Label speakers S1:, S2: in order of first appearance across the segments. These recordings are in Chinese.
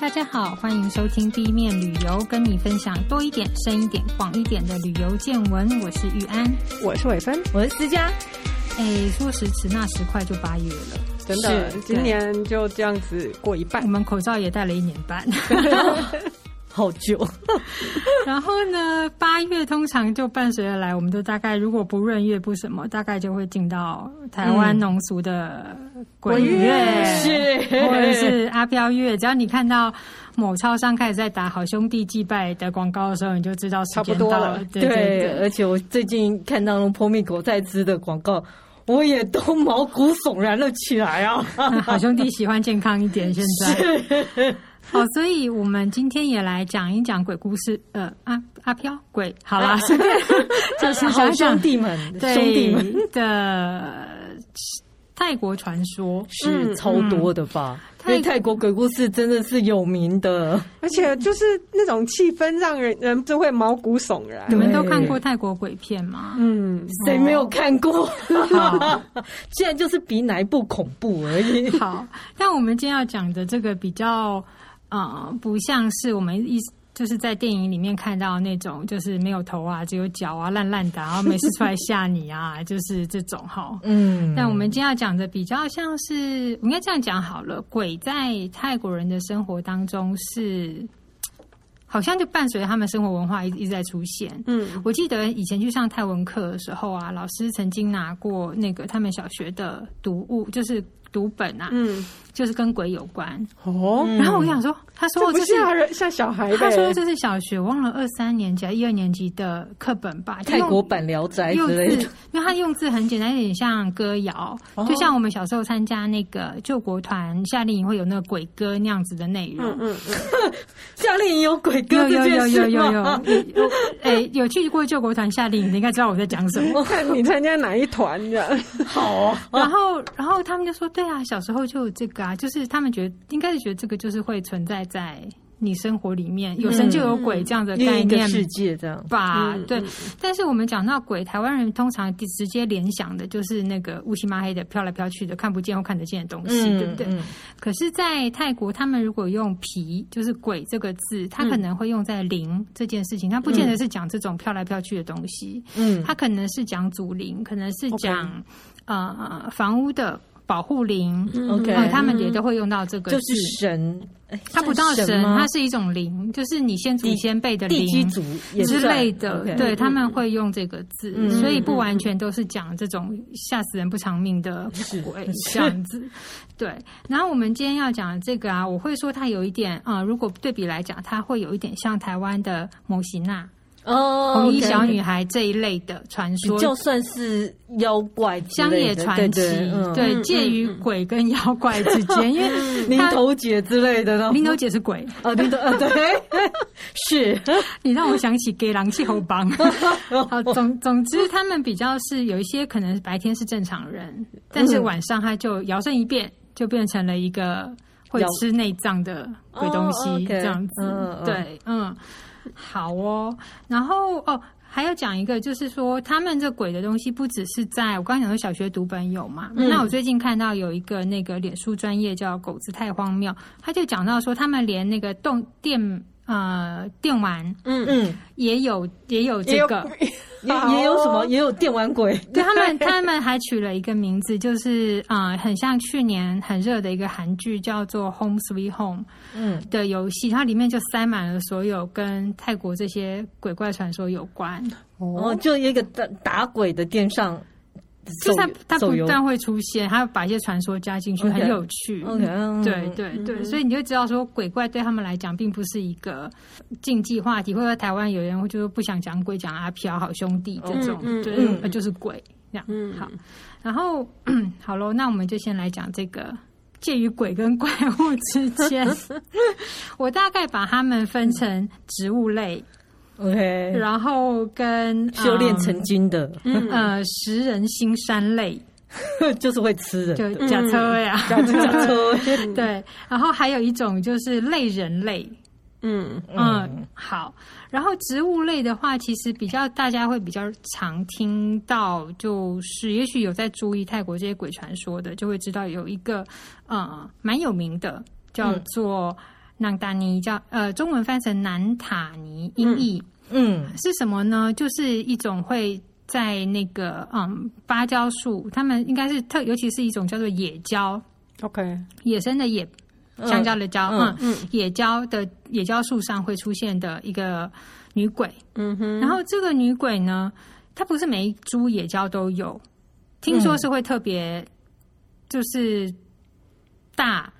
S1: 大家好，欢迎收听第一面旅游，跟你分享多一点、深一点、广一点的旅游见闻。我是玉安。
S2: 我是伟芬，
S3: 我是思佳，
S1: 哎，说时迟，那时快，就八月了。
S2: 真的，
S3: 是
S2: 今年就这样子过一半
S1: 我。们口罩也戴了一年半，
S3: 好久，
S1: 然后呢，八月通常就伴随而来，我们就大概如果不闰月不什么，大概就会进到台湾农俗的鬼月， 或者是阿飘月。只要你看到某超商开始在打“好兄弟祭拜”的广告的时候，你就知道时间到
S2: 差不多了
S1: 对对对。
S3: 而且我最近看到那破蜜狗在吃的广告，我也都毛骨悚然了起来啊！
S1: 那 好兄弟喜欢健康一点，现在。好，所以我们今天也来讲一讲鬼故事。呃，阿阿飘鬼，好 啦，随便，就是
S3: 好
S1: 想想
S3: 兄弟们，
S1: 对
S3: 兄弟们
S1: 的呃泰国传说。
S3: 是超多的吧？
S1: 嗯
S3: 因为泰国鬼故事真的是有名的，
S2: 而且就是那种气氛，让人人就会毛骨悚然
S1: 你。
S3: 对
S1: 们都看过泰国鬼片吗？
S2: 嗯，
S3: 谁没有看过？
S1: 好
S3: 竟然就是比哪一部恐怖而已。
S1: 好，但我们今天要讲的这个比较，呃，不像是我们一就是在电影里面看到那种，就是没有头啊，只有脚啊，烂烂的，然后没事出来吓你啊，就是这种哈。
S3: 嗯，
S1: 但我们今天要讲的比较像是，我应该这样讲好了，鬼在泰国人的生活当中是，好像就伴随着他们生活文化一一直在出现。
S2: 嗯，
S1: 我记得以前去上泰文课的时候啊，老师曾经拿过那个他们小学的读物，就是读本啊，
S2: 嗯，
S1: 就是跟鬼有关。
S2: 哦，
S1: 然后我想说，他说
S2: 这不
S1: 这是
S2: 吓人，吓小孩
S1: 他
S2: 呗。
S1: 说这是小学，忘了二三年级、一二年级的课本吧，就
S3: 泰
S1: 用
S3: 国版《聊斋》
S1: 用
S3: 之类
S1: 字
S3: 的，，
S1: 因为它用字很简单，有点像歌谣，
S2: 哦
S1: 就像我们小时候参加那个救国团夏令营会有那个鬼歌那样子的内容。
S2: 嗯嗯嗯，
S3: 夏令营有鬼
S1: 有
S3: 哥这
S1: 有有
S3: 件
S1: 有
S3: 事
S1: 有有
S3: 吗？
S1: 有，哎，有去过救国团夏令营，你应该知道我在讲什么。
S2: 看你参加哪一团的。
S3: 好啊，
S1: 然后，然后他们就说：“对啊，小时候就有这个啊，就是他们觉得应该是觉得这个就是会存在在你生活里面，有神就有鬼这样的
S3: 另
S1: 概
S3: 嗯一个
S1: 念
S3: 世界这样。
S1: 吧。
S2: 嗯
S1: 对，但是我们讲到鬼，台湾人通常直接联想的就是那个乌漆麻黑的、飘来飘去的、看不见或看得见的东西，对不对？
S3: 嗯
S1: 可是，在泰国，他们如果用“皮”就是“鬼”这个字，他可能会用在灵这件事情，他不见得是讲这种飘来飘去的东西。
S3: 嗯，
S1: 它可能是讲祖灵，可能是讲呃房屋的保护灵，
S3: OK
S1: 呃他们也都会用到这个字。
S3: 就是神，哎
S1: 它不到
S3: 算
S1: 神，
S3: 吗
S1: 它是一种灵，就是你先祖
S3: 地
S1: 先辈的
S3: 地
S1: 灵
S3: 基主也
S1: 之
S3: 算
S1: 类的
S3: OK
S1: 对他们会用这个字，
S3: 嗯
S1: 所以不完全都是讲这种吓死人不偿命的鬼这样子。 对，然后我们今天要讲的这个啊，我会说它有一点啊、呃如果对比来讲，它会有一点像台湾的摩西娜、
S3: 哦，
S1: 红衣
S3: OK
S1: 小女孩这一类的传说，
S3: 就算是妖怪之
S1: 乡
S3: 类
S1: 野
S3: 的
S1: 传奇
S3: 对对，嗯
S1: 对，介于鬼跟妖怪之间， 因为
S3: 林
S1: 它
S3: 头姐之类的呢，
S1: 林头姐是鬼，
S3: 啊，林头啊，对， 是
S1: 你让我想起给狼气候 帮。好，总总之，他们比较是有一些可能白天是正常人，但是晚上他就摇身一变，就变成了一个会
S3: 摇
S1: 吃内脏的鬼东
S3: 哦
S1: 西，
S3: ，OK，
S1: 这样子
S3: 嗯。嗯
S1: 对，嗯，好哦。然后哦。还要讲一个，就是说他们这鬼的东西不只是在我刚刚讲说小学读本有嘛，
S3: 嗯
S1: 那我最近看到有一个那个脸书专业叫“狗子太荒谬”，他就讲到说他们连那个动电呃电玩
S2: 嗯，
S3: 嗯，
S1: 也有也有
S2: 也
S1: 这
S2: 有
S1: 个，
S3: 也也有什么，也有电玩鬼，
S1: 对他们他们还取了一个名字，就是呃，很像去年很热的一个韩剧叫做《Home Sweet Home
S3: 嗯》
S1: 的游戏，它里面就塞满了所有跟泰国这些鬼怪传说有关，
S3: 哦，就一个打打鬼的电上
S1: 就
S3: 手
S1: 是它它
S3: 手
S1: 不
S3: 游
S1: 但会出现，还有把一些传说加进去，
S3: OK
S1: 很有趣。
S3: ，OK，嗯
S1: 对对对，所以你就知道说，鬼怪对他们来讲并不是一个禁忌话题，或者台湾有人会就是不想讲鬼，讲阿飘好兄弟这种，
S2: 嗯嗯
S1: 对，
S3: 嗯
S1: 呃就是鬼这样。
S2: 嗯
S1: 好，然后 好喽，那我们就先来讲这个。介于鬼跟怪物之间，我大概把它们分成植物类，
S3: ，OK，
S1: 然后跟
S3: 嗯修炼成精的，
S1: 嗯呃食人星山类，
S3: 就是会吃人，
S1: 就假车呀，假
S3: 假车，
S1: 对，然后还有一种就是类人类，
S2: 嗯
S1: 嗯，好。然后植物类的话，其实比较大家会比较常听到，就是也许有在注意泰国这些鬼传说的，就会知道有一个呃蛮有名的叫做让达尼叫呃中文翻成南塔尼音译、
S3: 嗯
S1: 是什么呢？就是一种会在那个嗯芭蕉树，他们应该是特，尤其是一种叫做野蕉，
S2: OK，
S1: 野生的野
S3: 嗯
S1: 香蕉的蕉，
S3: 嗯
S1: 嗯，野蕉的野蕉树上会出现的一个女鬼。
S2: 嗯哼，
S1: 然后这个女鬼呢，她不是每一株野蕉都有，听说是会特别就是大。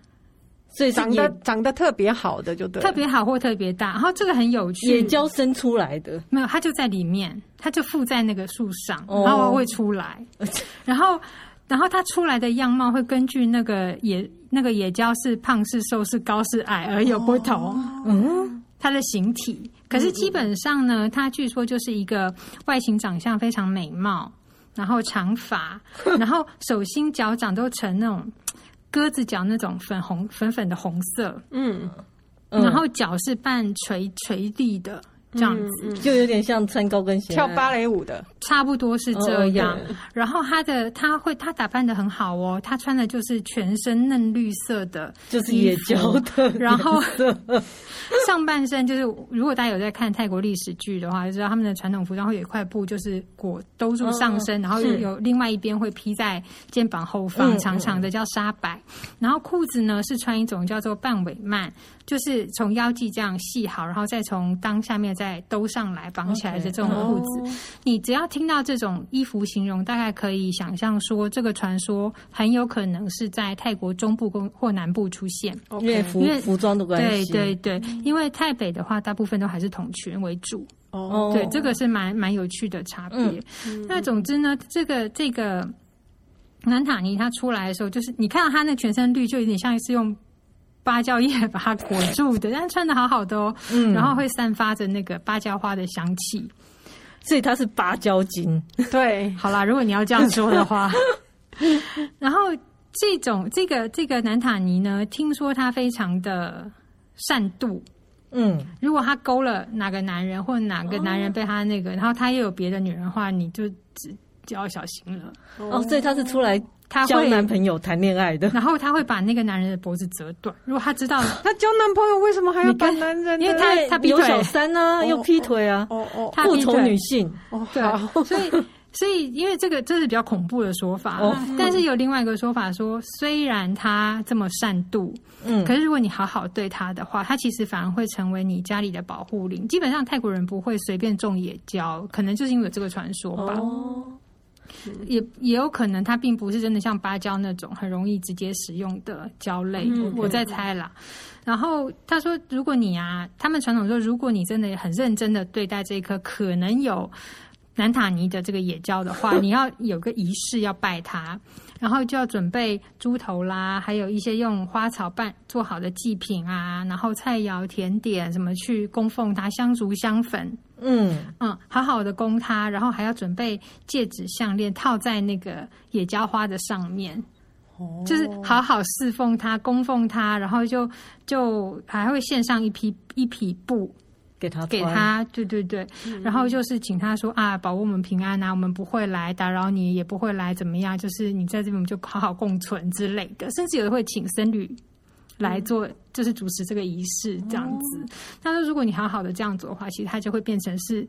S3: 所以是
S2: 长
S3: 野
S2: 得长得特别好的就对了，
S1: 特别好或特别大，然后这个很有趣。
S3: 野蕉生出来的，
S1: 没有，它就在里面，它就附在那个树上，
S3: 哦
S1: 然后会出来， 然后。然后它出来的样貌会根据那个野那个野蕉是胖是瘦是高是矮而有不同，
S3: 嗯，
S1: 它的形体。可是基本上呢，它据说就是一个外形长相非常美貌，然后长 发，然后手心脚掌都呈那种鸽子脚那种粉红粉粉的红色，
S2: 嗯，
S3: 嗯
S1: 然后脚是半垂垂立的这样子。
S2: 嗯嗯
S3: 就有点像穿高跟鞋啊
S2: 跳芭蕾舞的，
S1: 差不多是这样
S3: 哦。
S1: 然后她的她会她打扮的很好哦，她穿的就是全身嫩绿色的，
S3: 就是野蕉的，
S1: 嗯 然后 上半身就是，如果大家有在看泰国历史剧的话，就知道他们的传统服装会有一块布，就是裹兜住上身，然后
S3: 哦是
S1: 有另外一边会披在肩膀后方，
S3: 嗯
S1: 长长的叫纱摆。然后裤子呢是穿一种叫做半尾曼，就是从腰际这样系好，然后再从裆下面再兜上来绑起来的这种
S2: 哦
S1: 裤嗯子。
S3: 哦
S1: 你只要听到这种衣服形容，大概可以想象说，这个传说很有可能是在泰国中部或或南部出现。
S2: 哦
S3: 因为服
S1: 因为
S3: 服装的关
S1: 对
S3: 系，嗯
S1: 对对，因为台北的话，大部分都还是统群为主。
S2: 哦，
S1: 对，这个是蛮蛮有趣的差别。
S3: 嗯
S1: 那总之呢，这个这个南塔尼他出来的时候，就是你看到他那全身绿，就有点像是用芭蕉叶把它裹住的，但是穿的好好的哦，
S3: 嗯
S1: 然后会散发着那个芭蕉花的香气。
S3: 所以它是芭蕉精，
S2: 对，
S1: 好啦，如果你要这样说的 话，然后这种这个这个南塔尼呢，听说他非常的善妒。
S3: 嗯，
S1: 如果他勾了哪个男人，或哪个男人被他那个，然后他又有别的女人的话，你就只就要小心了。
S3: 哦，所以它是出来
S1: 他
S3: 交
S1: 会，
S3: 男朋友谈恋爱的，
S1: 然后他会把那个男人的脖子折断。如果他知道，
S2: 他交男朋友为什么还要
S1: 你
S2: 把
S1: 看
S2: 男人的？
S1: 因为他他劈
S3: 有
S1: 腿
S3: 小三啊，
S2: 哦
S3: 又劈腿啊，
S2: 哦哦
S1: 他
S3: 复
S1: 劈
S3: 仇
S1: 腿
S3: 女性，
S2: 哦，
S1: 对
S2: 好，，
S1: 所以所以因为这个这是比较恐怖的说法，
S3: 哦
S1: 但是有另外一个说法说，虽然他这么善妒，
S3: 嗯
S1: 可是如果你好好对他的话，他其实反而会成为你家里的保护灵。基本上泰国人不会随便种野蕉，可能就是因为有这个传说吧。
S3: 哦，
S1: 也也有可能它并不是真的像芭蕉那种很容易直接使用的蕉类，
S2: 嗯
S1: 我在猜啦。然后他说，如果你啊，他们传统说，如果你真的很认真的对待这一颗可能有南塔尼的这个野蕉的话，你要有个仪式要拜它，然后就要准备猪头啦，还有一些用花草办做好的祭品啊，然后菜肴、甜点什么去供奉它，香烛、香粉，
S3: 嗯，
S1: 嗯，好好的供它，然后还要准备戒指、项链套在那个野蕉花的上面，就是好好侍奉它、供奉它，然后就就还会献上一匹一匹布
S3: 给他
S1: 给
S3: 穿，
S1: 他，对对对，然后就是请他说啊，保佑我们平安啊，我们不会来打扰你，也不会来怎么样，就是你在这边我们就好好共存之类的，甚至有的会请僧侣来做，就是主持这个仪式这样子。他说，如果你好好的这样做的话，其实他就会变成是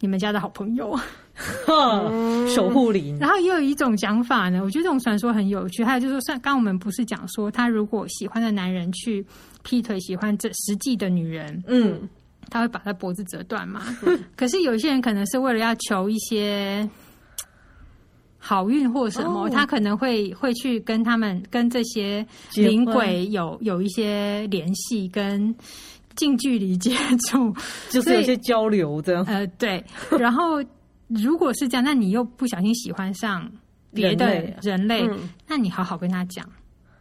S1: 你们家的好朋友。
S3: 哼守护灵，
S1: 然后也有一种讲法呢，我觉得这种传说很有趣。还有就是说，像刚刚我们不是讲说，他如果喜欢的男人去劈腿喜欢这实际的女人，
S3: 嗯，
S1: 他会把他脖子折断嘛。可是有些人可能是为了要求一些好运或什么，
S3: 哦
S1: 他可能会会去跟他们跟这些
S3: 结婚
S1: 灵鬼有有一些联系跟。近距离接触，
S3: 就是
S1: 所以
S3: 有一些交流这样，
S1: 呃，对。然后，如果是这样，那你又不小心喜欢上别的
S3: 人类
S1: 人类，
S2: 嗯
S1: 那你好好跟他讲，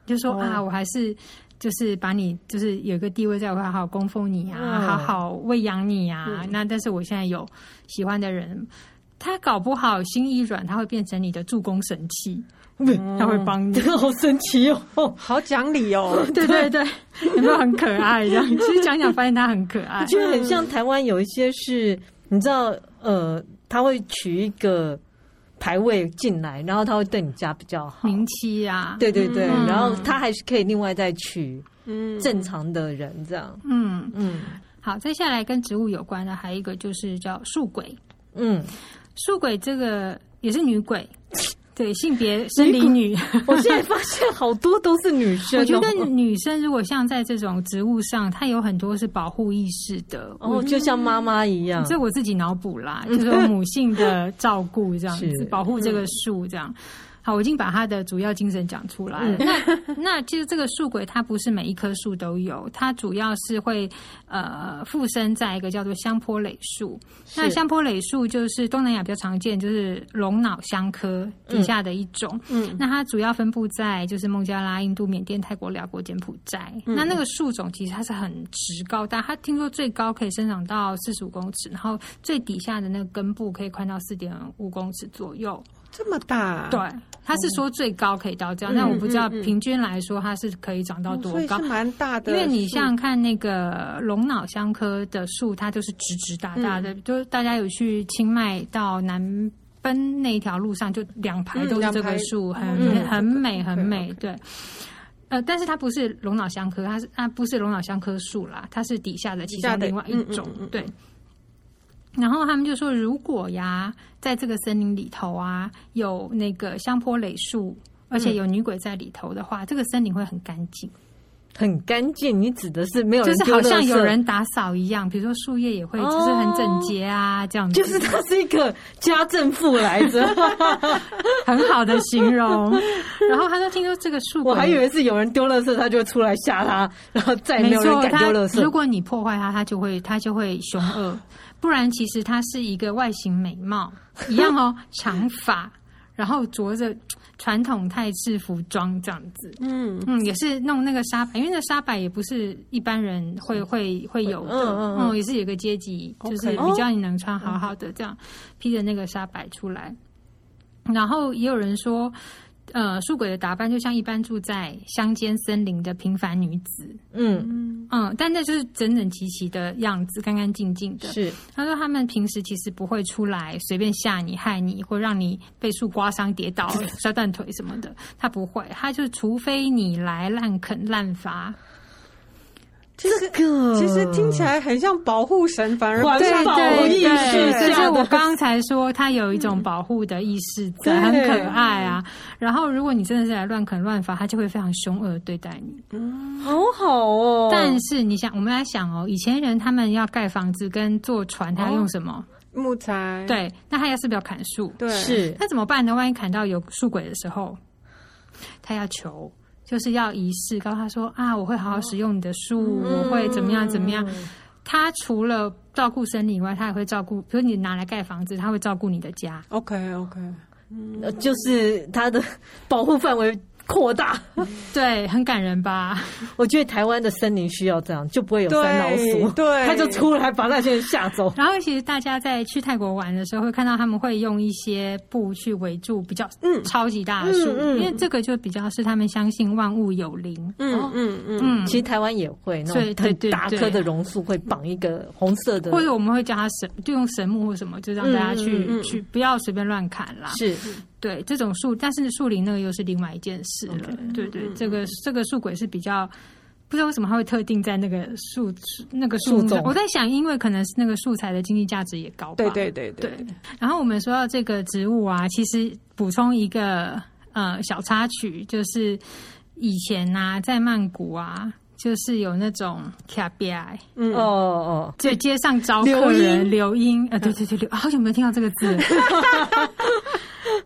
S1: 就说、
S2: 哦
S1: 啊，我还是就是把你就是有一个地位在，我会好好供奉你啊，
S3: 嗯
S1: 好好喂养你啊。那但是我现在有喜欢的人，他搞不好心一软，他会变成你的助攻神器，他会帮 你
S3: 这。个好神奇哦，
S2: 好讲理 哦，
S1: 对对对，有没有很可爱？这样， 其实讲讲发现他很可爱
S3: 我。觉得很像台湾有一些是，你知道，呃，他会取一个牌位进来，然后他会对你家比较好。
S1: 名气啊，，
S3: 对对对，
S2: 嗯
S3: 然后他还是可以另外再娶
S2: 嗯，
S3: 正常的人这样。
S1: 嗯，
S3: 嗯
S1: 好，再下来跟植物有关的还有一个就是叫树鬼，
S3: 嗯，
S1: 树鬼这个也是女鬼， 对，性别生理女。
S3: 我现在发现好多都是女生哦、
S1: 我觉得女生如果像在这种植物上，她有很多是保护意识的。
S3: 哦，就像妈妈一样，
S1: 这我自己脑补啦，就是我母性的照顾这样
S3: 是
S1: 子，保护这个树这样。好，我已经把它的主要精神讲出来了。那 那其实这个树鬼它不是每一棵树都有，它主要是会呃附身在一个叫做香坡蕾树。那
S3: 是
S1: 香坡蕾树就是东南亚比较常见，就是龙脑香科底下的一种。
S2: 嗯，
S1: 那它主要分布在就是孟加拉、印度、缅甸、泰国、辽国、柬埔寨。那那个树种其实它是很直高大，它听说最高可以生长到四十五公尺，然后最底下的那个根部可以宽到四点五公尺左右。
S2: 这么大，
S1: 对，它是说最高可以到这样，但我不知道
S2: 啊哦嗯嗯嗯
S1: 平均来说它是可以长到
S2: 哦，
S1: 多
S2: 所以
S1: 高
S2: 是。蛮大的
S1: 因
S2: 树，
S1: 为你想想看，那个龙脑香科的树，它就是直直大大
S2: 嗯
S1: 的，就是大家有去清迈到南奔那一条路上，就两排
S2: 嗯
S1: 都是
S2: 两
S1: 这个
S2: 排
S1: 树，
S2: 嗯
S1: 很很美，很美
S2: OK，OK，
S1: 对。呃，但是它不是龙脑香科，它是它不是龙脑香科树啦，它是底下的其
S2: 底下
S1: 中
S2: 的
S1: 另外一种，
S2: 嗯嗯嗯嗯
S1: 对。然后他们就说，如果呀，在这个森林里头啊，有那个香坡蕾树，而
S2: 嗯
S1: 且有女鬼在里头的话，这个森林会很干净。
S3: 很干净。你指的是没有
S1: 就
S3: 人
S1: 是
S3: 丢
S1: 好
S3: 垃圾
S1: 像有人打扫一样，比如说树叶也会，
S3: 哦
S1: 就是很整洁啊，这样子，
S3: 就是他是一个家政妇来 着，
S1: 很好的形 容。然后他就听说这个树鬼，
S3: 我还以为是有人丢垃圾，他就会出来吓他，然后再也
S1: 没
S3: 没有人
S1: 错，
S3: 敢
S1: 他
S3: 丢垃圾。
S1: 如果你破坏它，它就会它就会凶恶。不然其实它是一个外形美貌一样 哦，长发，然后着着传统泰式服装这样子。
S2: 嗯，
S1: 嗯，也是弄那个沙柏，因为那沙柏也不是一般人会会会有的，
S3: 嗯嗯
S1: 嗯
S3: 嗯
S1: 也是有个阶级，就
S2: OK
S1: 是比较你能穿好好的这样披着那个沙柏出来。然后也有人说，呃，树鬼的打扮就像一般住在乡间森林的平凡女子，
S3: 嗯，
S1: 嗯，但那就是整整齐齐的样子，干干净净的。
S3: 是
S1: 他说他们平时其实不会出来随便吓你、害你，或让你被树刮伤、跌倒、摔断腿什么的，他不会。他就除非你来滥啃滥伐，
S2: 其实
S3: 个
S2: 其实听起来很像保护神，反而
S3: 环
S2: 不像
S3: 保
S2: 保护
S3: 意识
S1: 对，
S3: 下
S1: 所以
S3: 的
S1: 我刚才说他有一种保护的意识在，
S2: 嗯
S1: 很
S2: 对
S1: 可爱啊。然后如果你真的是来乱啃乱伐，他就会非常凶恶地对待你。
S3: 好好哦，
S1: 但是你想，我们来想哦，以前人他们要盖房子跟坐船，他要用什么？
S2: 木材，
S1: 对，那他要是不是要砍树？
S2: 对，
S3: 是
S1: 那怎么办呢？万一砍到有树鬼的时候，他要求，就是要仪式，告诉他说啊，我会好好使用你的树，我会怎么样怎么样。他除了照顾森林以外，他也会照顾，比如你拿来盖房子，他会照顾你的家。
S2: ，OK OK，
S3: 呃就是他的保护范围扩大。
S1: 对，很感人吧？
S3: 我觉得台湾的森林需要这样，就不会有三老鼠，
S2: 对对
S3: 他就出来把那些人吓走。
S1: 然后其实大家在去泰国玩的时候，会看到他们会用一些布去围住比较
S2: 嗯
S1: 超级大的树，
S3: 嗯嗯
S1: 因为这个就比较是他们相信万物有灵。
S2: 嗯嗯嗯，
S1: 嗯，
S3: 其实台湾也会那
S1: 对
S3: 种
S1: 对
S3: 很
S1: 对
S3: 大
S1: 对
S3: 棵的榕树会绑一个红色的，
S1: 或者我们会叫它神，就用神木或什么，就让大家去、
S2: 嗯嗯嗯
S1: 去不要随便乱砍啦。
S3: 是
S1: 对，这种树，但是树林那个又是另外一件事了。对
S2: 嗯
S1: 对，这个这个树鬼是比较。不知道为什么它会特定在那个树那个树
S3: 树
S1: 木上
S3: 种
S1: 我在想，因为可能是那个素材的经济价值也高吧。
S2: 对对对
S1: 对。然后我们说到这个植物啊，其实补充一个呃小插曲，就是以前呐、在曼谷啊，就是有那种 KBI，
S2: 嗯
S3: 哦哦，
S1: 在街上招客人留音，
S2: 嗯
S1: 啊，对对对，留，啊好久没有听到这个字了。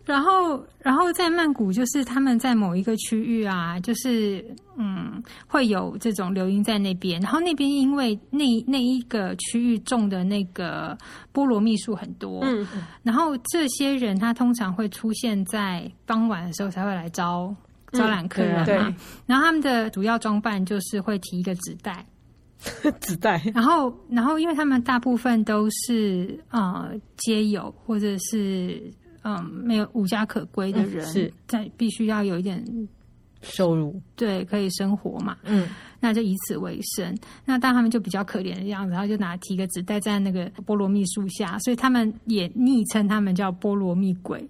S1: 然后，然后在曼谷，就是他们在某一个区域啊，就是嗯，会有这种流音在那边。然后那边因为那那一个区域种的那个菠萝蜜树很多，
S2: 嗯，
S1: 然后这些人他通常会出现在傍晚的时候才会来招招揽客人嘛。
S2: 对啊
S1: 然后他们的主要装扮就是会提一个纸袋，
S3: 纸袋
S1: 然后，然后，因为他们大部分都是呃街友或者是嗯、没有无家可归的人，
S3: 嗯是
S1: 在必须要有一点
S3: 收入，
S1: 对可以生活嘛，
S3: 嗯，
S1: 那就以此为生。那当他们就比较可怜的样子，然后就拿提个纸袋在那个菠萝蜜树下，所以他们也昵称他们叫菠萝蜜鬼。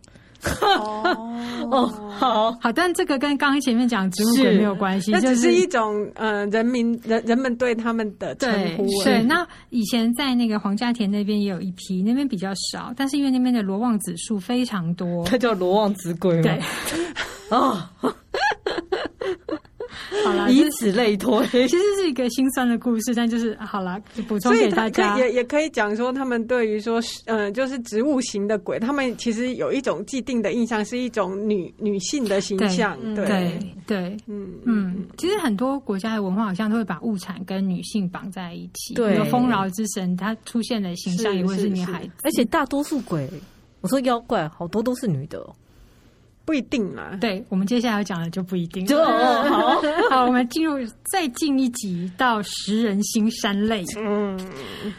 S3: 哦，好，
S1: 好，但这个跟刚刚前面讲植物鬼
S3: 是
S1: 没有关系，
S2: 那
S1: 就
S2: 只是一种呃人民人人们对他们的称
S1: 对
S2: 呼而已。
S1: 对。那以前在那个黄家田那边也有一批，那边比较少，但是因为那边的罗望子树非常多，
S3: 它叫罗望子鬼吗？
S1: 对，
S3: 哦，
S1: 好 啦，
S3: 以
S1: 这
S3: 此类 推。
S1: 其实是一个心酸的故事，但就是好啦，就补充
S2: 所以
S1: 给
S2: 他
S1: 大
S2: 可
S1: 家
S2: 以。也也可以讲说，他们对于说，嗯、呃，就是植物型的鬼，他们其实有一种既定的印象，是一种女女性的形
S1: 对
S2: 象。
S3: 嗯
S2: 对，
S1: 对对，
S2: 嗯
S1: 嗯，其实很多国家的文化好像都会把物产跟女性绑在一起，
S3: 对
S1: 比如丰饶之神，她出现的形象
S2: 是
S1: 也会
S2: 是
S1: 女
S2: 是
S1: 孩子，
S3: 而且大多数鬼，我说妖怪好多都是女的、哦，
S2: 不一定啦。
S1: 对我们接下来要讲的就不一定了。
S3: 就哦好
S1: 好，我们进入再进一集到食人星山 类。
S2: 嗯，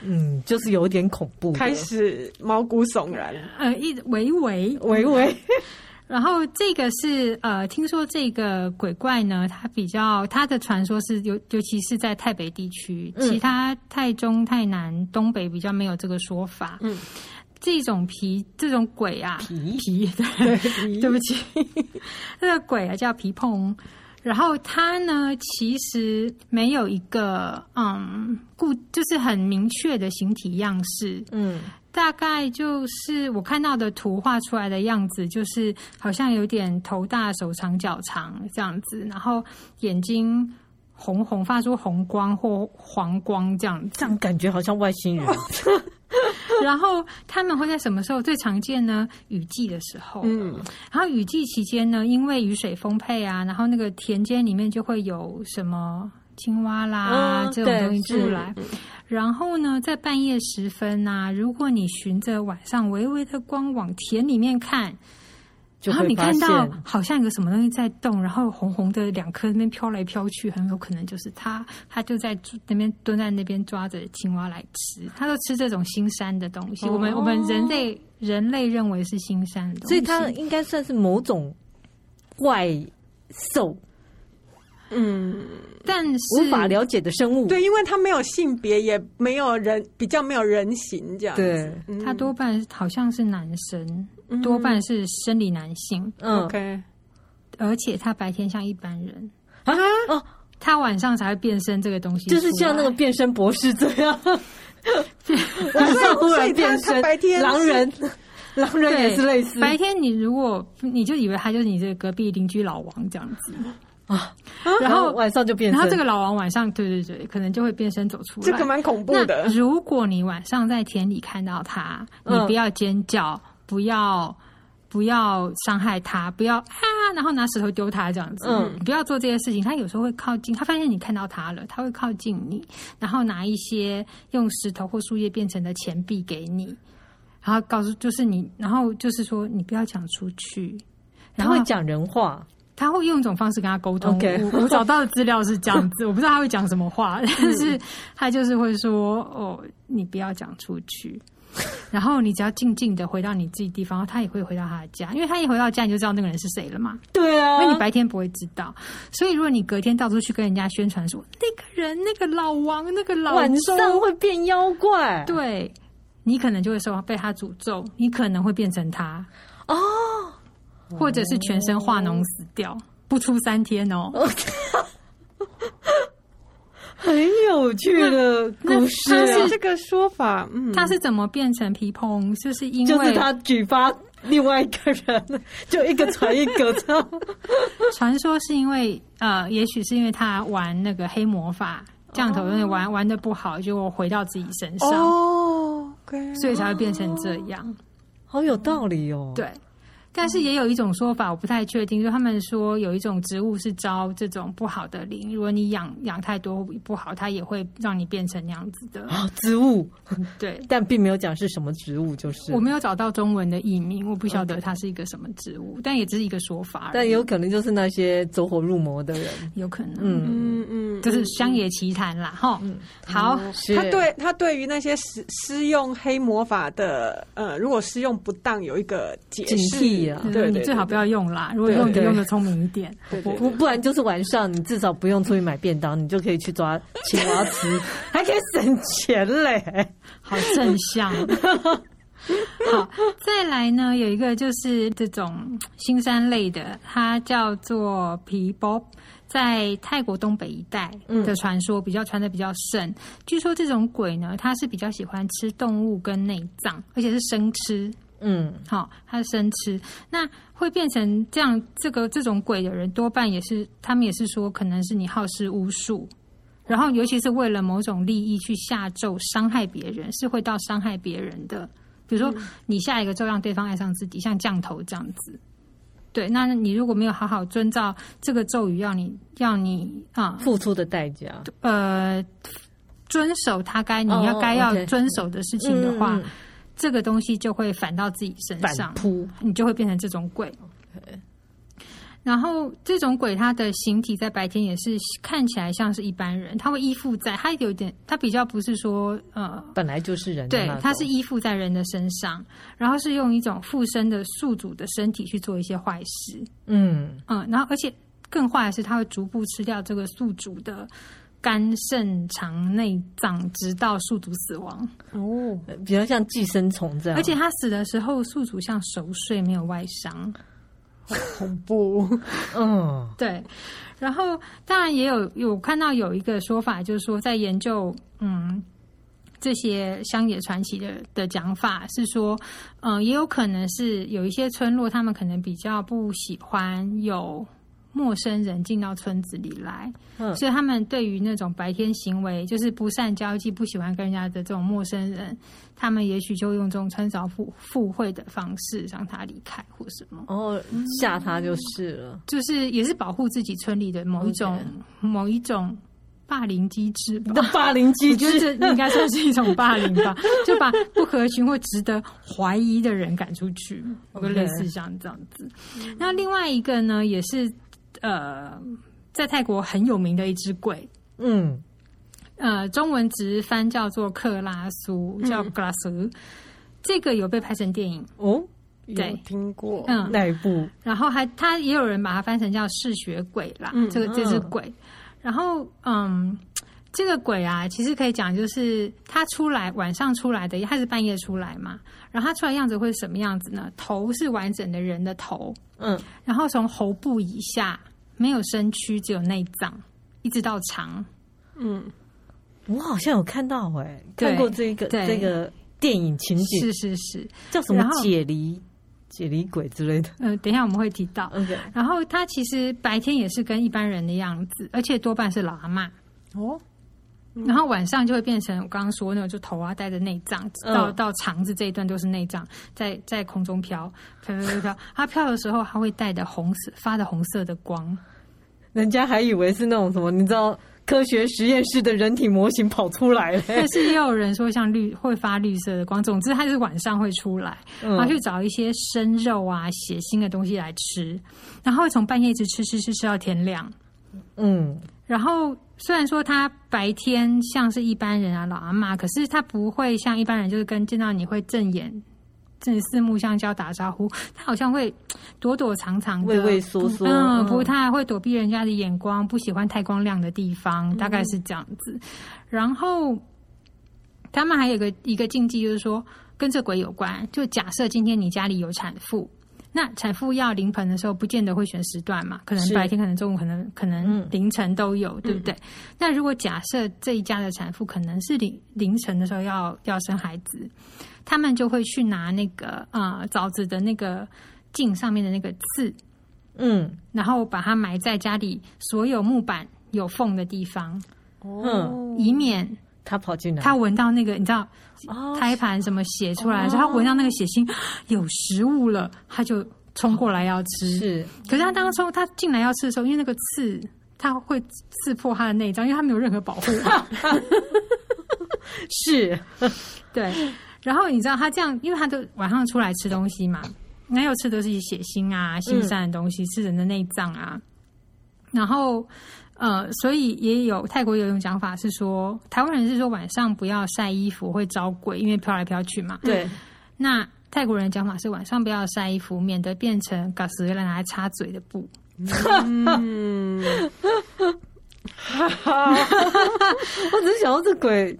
S3: 嗯，就是有点恐怖的。
S2: 开始毛骨悚然。
S1: 呃，一维维，
S3: 喂喂，
S1: 然后这个是呃，听说这个鬼怪呢，它比较它的传说是尤尤其是在太北地区，
S3: 嗯
S1: 其他太中、太南、东北比较没有这个说法。
S2: 嗯，
S1: 这种皮这种鬼啊，
S3: 皮
S1: 皮，对，对不起， 这个鬼啊叫皮碰。然后它呢，其实没有一个嗯固，就是很明确的形体样式，
S3: 嗯，
S1: 大概就是我看到的图画出来的样子，就是好像有点头大手长脚长这样子，然后眼睛红红发出红光或黄光这样子。
S3: 这样感觉好像外星人。
S1: 然后他们会在什么时候最常见呢？雨季的时候。
S2: 嗯，
S1: 然后雨季期间呢，因为雨水丰沛啊，然后那个田间里面就会有什么青蛙啦、
S3: 嗯
S1: 这种东西
S3: 对
S1: 出来。然后呢，在半夜时分呐、如果你循着晚上微微的光往田里面看，
S3: 就
S1: 然后
S3: 会
S1: 你
S3: 发
S1: 看
S3: 现
S1: 到好像有个什么东西在动，然后红红的两颗那边飘来飘去，很有可能就是它，它就在那边蹲在那边抓着青蛙来吃，它都吃这种新山的东西。我们我们人类人类认为是新山的东
S3: 哦
S1: 西，
S3: 所以它应该算是某种怪兽，
S2: 嗯，
S1: 但是
S3: 无法了解的生物。
S2: 对，因为它没有性别，也没有人，比较没有人形这样子。
S3: 对
S2: 嗯
S1: 他多半好像是男生，多半是生理男性，
S3: 嗯
S2: OK，
S1: 而且他白天像一般人，
S3: 啊哦，
S1: 他晚上才会变身这个东西出来，
S3: 就是像那个变身博士这样，晚
S2: 所以
S3: 上忽
S2: 所以
S3: 然
S2: 他
S3: 变
S2: 他
S3: 身，
S2: 白天是
S3: 狼人，狼人
S1: 对
S3: 也是类似。
S1: 白天你如果你就以为他就是你这个隔壁邻居老王这样子，
S3: 然
S1: 然后
S3: 后晚上就变身，
S1: 然后这个老王晚上对对对，可能就会变身走出来。
S2: 这个蛮恐怖的
S1: 那。如果你晚上在田里看到他，你
S3: 嗯
S1: 不要尖叫，不要不要伤害他，不要啊，然后拿石头丢他这样子。
S3: 嗯
S1: 嗯，不要做这些事情。他有时候会靠近，他发现你看到他了，他会靠近你，然后拿一些用石头或树叶变成的钱币给你，然后告诉就是你，然后就是说你不要讲出去。然
S3: 他
S1: 后
S3: 会讲人话，
S1: 他会用一种方式跟他沟通。
S3: OK 嗯
S1: 我我找到的资料是这样 子，我不知道他会讲什么话，但是他就是会说：“哦，你不要讲出 去。”然后你只要静静的回到你自己地方，他也会回到他的家，因为他一回到家你就知道那个人是谁了嘛。
S3: 对啊，
S1: 因为你白天不会知道，所以如果你隔天到处去跟人家宣传说那个人、那个老王、那个老
S3: 晚
S1: 周，
S3: 上会变妖怪，
S1: 对你可能就会受被他诅咒，你可能会变成他
S3: 哦，
S1: 或者是全身化脓死掉，不出三天哦。
S3: 很有趣的故事啊，
S2: 这个说法，嗯，
S1: 他是怎么变成皮蓬？就是因为
S3: 就是他举发另外一个人，就一个传一个这样。
S1: 传说是因为呃，也许是因为他玩那个黑魔法降头，
S3: 哦
S1: 因为玩玩的不好，就回到自己身上，
S2: 哦，OK，
S1: 所以才会变成这样。
S3: 好有道理哦。，
S1: 对。但是也有一种说法，我不太确定，就是他们说有一种植物是招这种不好的灵，如果你养养太多不好，它也会让你变成那样子的。
S3: 啊，植物，
S1: 对，
S3: 但并没有讲是什么植物，就是
S1: 我没有找到中文的译名，我不晓
S2: 嗯
S1: 得它是一个什么植物，但也只是一个说法而已。
S3: 但有可能就是那些走火入魔的人。
S1: 有可能，
S3: 嗯
S2: 嗯嗯，
S1: 就是乡野奇谈啦，哈。好，
S3: 是
S2: 他对他对于那些施施用黑魔法的，呃，如果施用不当，有一个解释
S3: 警惕啊
S1: 就是
S2: 对
S1: 你
S2: 对，
S1: 嗯最好不要用啦。如果
S2: 对
S1: 用，你就
S3: 对
S1: 用的聪明一点。
S2: 对对
S3: 不不然就是晚上你至少不用出去买便当，你就可以去抓青蛙吃，还可以省钱嘞。
S1: 好正向。好，再来呢，有一个就是这种新山类的，它叫做皮包，在泰国东北一带的传说比较传的比较盛。据说这种鬼呢，它是比较喜欢吃动物跟内脏，而且是生吃。
S3: 嗯，
S1: 好、它是生吃，那会变成这样，这个这种鬼的人多半也是，他们也是说，可能是你好施巫术，然后尤其是为了某种利益去下咒伤害别人，是会到伤害别人的。比如说，
S3: 嗯
S1: 你下一个咒让对方爱上自己，像降头这样子。对，那你如果没有好好遵照这个咒语，要你要你啊、
S3: 付出的代价。
S1: 呃遵守他该你
S3: 哦
S1: 要该要
S3: OK
S1: 遵守的事情的话，
S3: 嗯
S1: 这个东西就会反到自己身上
S3: 反。扑，
S1: 你就会变成这种鬼。然后这种鬼，它的形体在白天也是看起来像是一般人，它会依附在，它有点，它比较不是说呃，
S3: 本来就是人的
S1: 对
S3: 那种，
S1: 它是依附在人的身上，然后是用一种附身的宿主的身体去做一些坏事，
S3: 嗯，
S1: 嗯，然后而且更坏的是，它会逐步吃掉这个宿主的肝、肾、肠、内脏，直到宿主死亡。
S2: 哦，
S3: 呃比较像寄生虫这样，
S1: 而且他死的时候，宿主像熟睡，没有外伤。
S2: 恐怖，
S3: 嗯，
S1: 对，然后当然也有有看到有一个说法，就是说在研究嗯这些乡野传奇的的讲法是说，嗯、也有可能是有一些村落他们可能比较不喜欢有。陌生人进到村子里来，
S3: 嗯
S1: 所以他们对于那种白天行为就是不善交际、不喜欢跟人家的这种陌生人，他们也许就用这种穿凿附附会的方式让他离开或什么。
S3: 然后哦吓他就是了。
S1: 就是也是保护自己村里的某一种
S3: OK
S1: 某一种霸凌机制吧
S3: 的。哦霸凌
S1: 我
S3: 机
S1: 觉得
S3: 制，
S1: 这应该算是一种霸凌吧， 就把不合群或值得怀疑的人赶出去，我就
S3: OK 嗯
S1: 类似像这样子。那另外一个呢，也是呃，在泰国很有名的一只鬼，
S3: 嗯，
S1: 呃，中文直翻叫做克拉苏，
S3: 嗯
S1: 叫格拉苏。这个有被拍成电影，
S3: 哦，
S1: 对
S2: 有听过，
S1: 嗯，
S3: 那一部
S1: 然后还他也有人把它翻成叫嗜血鬼啦，
S2: 嗯
S1: 这个这只
S3: 嗯
S1: 鬼。然后嗯，这个鬼啊，其实可以讲就是他出来晚上出来的，他是半夜出来嘛，然后他出来样子会是什么样子呢？头是完整的人的头，
S3: 嗯，
S1: 然后从喉部以下没有身躯，只有内脏，一直到肠。
S2: 嗯，
S3: 我好像有看到哎、
S1: 对
S3: 看过这个
S1: 对
S3: 这个电影情景，
S1: 是是是，
S3: 叫什么
S1: 然后
S3: 解离解离鬼之类的。
S1: 呃，等一下我们会提
S2: 嗯
S1: 到。
S3: OK，
S1: 然后他其实白天也是跟一般人的样子，而且多半是老阿嬷。
S2: 哦，
S1: 然后晚上就会变成我刚刚说那种，就头啊带着内脏，到、
S3: 嗯
S1: 到肠子这一段都是内脏，在在空中飘，飘飘飘飘。它飘的时候，它会带着红色发着红色的光，
S3: 人家还以为是那种什么，你知道科学实验室的人体模型跑出来了、
S1: 但是也有人说像绿会发绿色的光。总之，它就是晚上会出来，然后
S3: 嗯
S1: 去找一些生肉啊、血腥的东西来吃，然后会从半夜一直吃吃吃吃到天亮。
S3: 嗯，
S1: 然后虽然说他白天像是一般人啊，老阿妈，可是他不会像一般人，就是跟见到你会正眼、正四目相交打招呼，他好像会嘖躲躲藏藏的、
S3: 畏畏缩缩，
S1: 嗯，不太会躲避人家的眼光，不喜欢太光亮的地
S3: 嗯
S1: 方，大概是这样子。然后他们还有一个一个禁忌，就是说跟这鬼有关。就假设今天你家里有产妇，那产妇要临盆的时候，不见得会选时段嘛，可能
S3: 是嗯
S1: 白天，可能中午，可能可能凌晨都有，对不对？那如果假设这一家的产妇可能是凌凌晨的时候要要生孩子，他们就会去拿那个呃枣子的那个茎上面的那个刺。
S3: 嗯，
S1: 然后把它埋在家里所有木板有缝的地方，
S2: 哦，
S1: 以免
S3: 他跑进来，
S1: 它闻到那个你知道
S3: 哦
S1: 胎盘什么血出来的时候，它闻到那个血腥 有食物了，它就冲过来要吃。
S3: 是
S1: 可是它当初它进来要吃的时候，因为那个刺。它会刺破它的内脏，因为它没有任何保护。
S3: 是，
S1: 对，然后你知道它这样，因为它都晚上出来吃东西嘛，那要吃的是血腥啊、腥膻的东西，吃人的内脏啊。然后，呃，所以也有泰国有一种讲法是说，台湾人是说晚上不要晒衣服会招鬼，因为飘来飘去嘛。
S3: 对，
S1: 那泰国人的讲法是晚上不要晒衣服，免得变成搞死人拿来擦嘴的布。嗯
S2: 嗯
S3: 我只是想到这鬼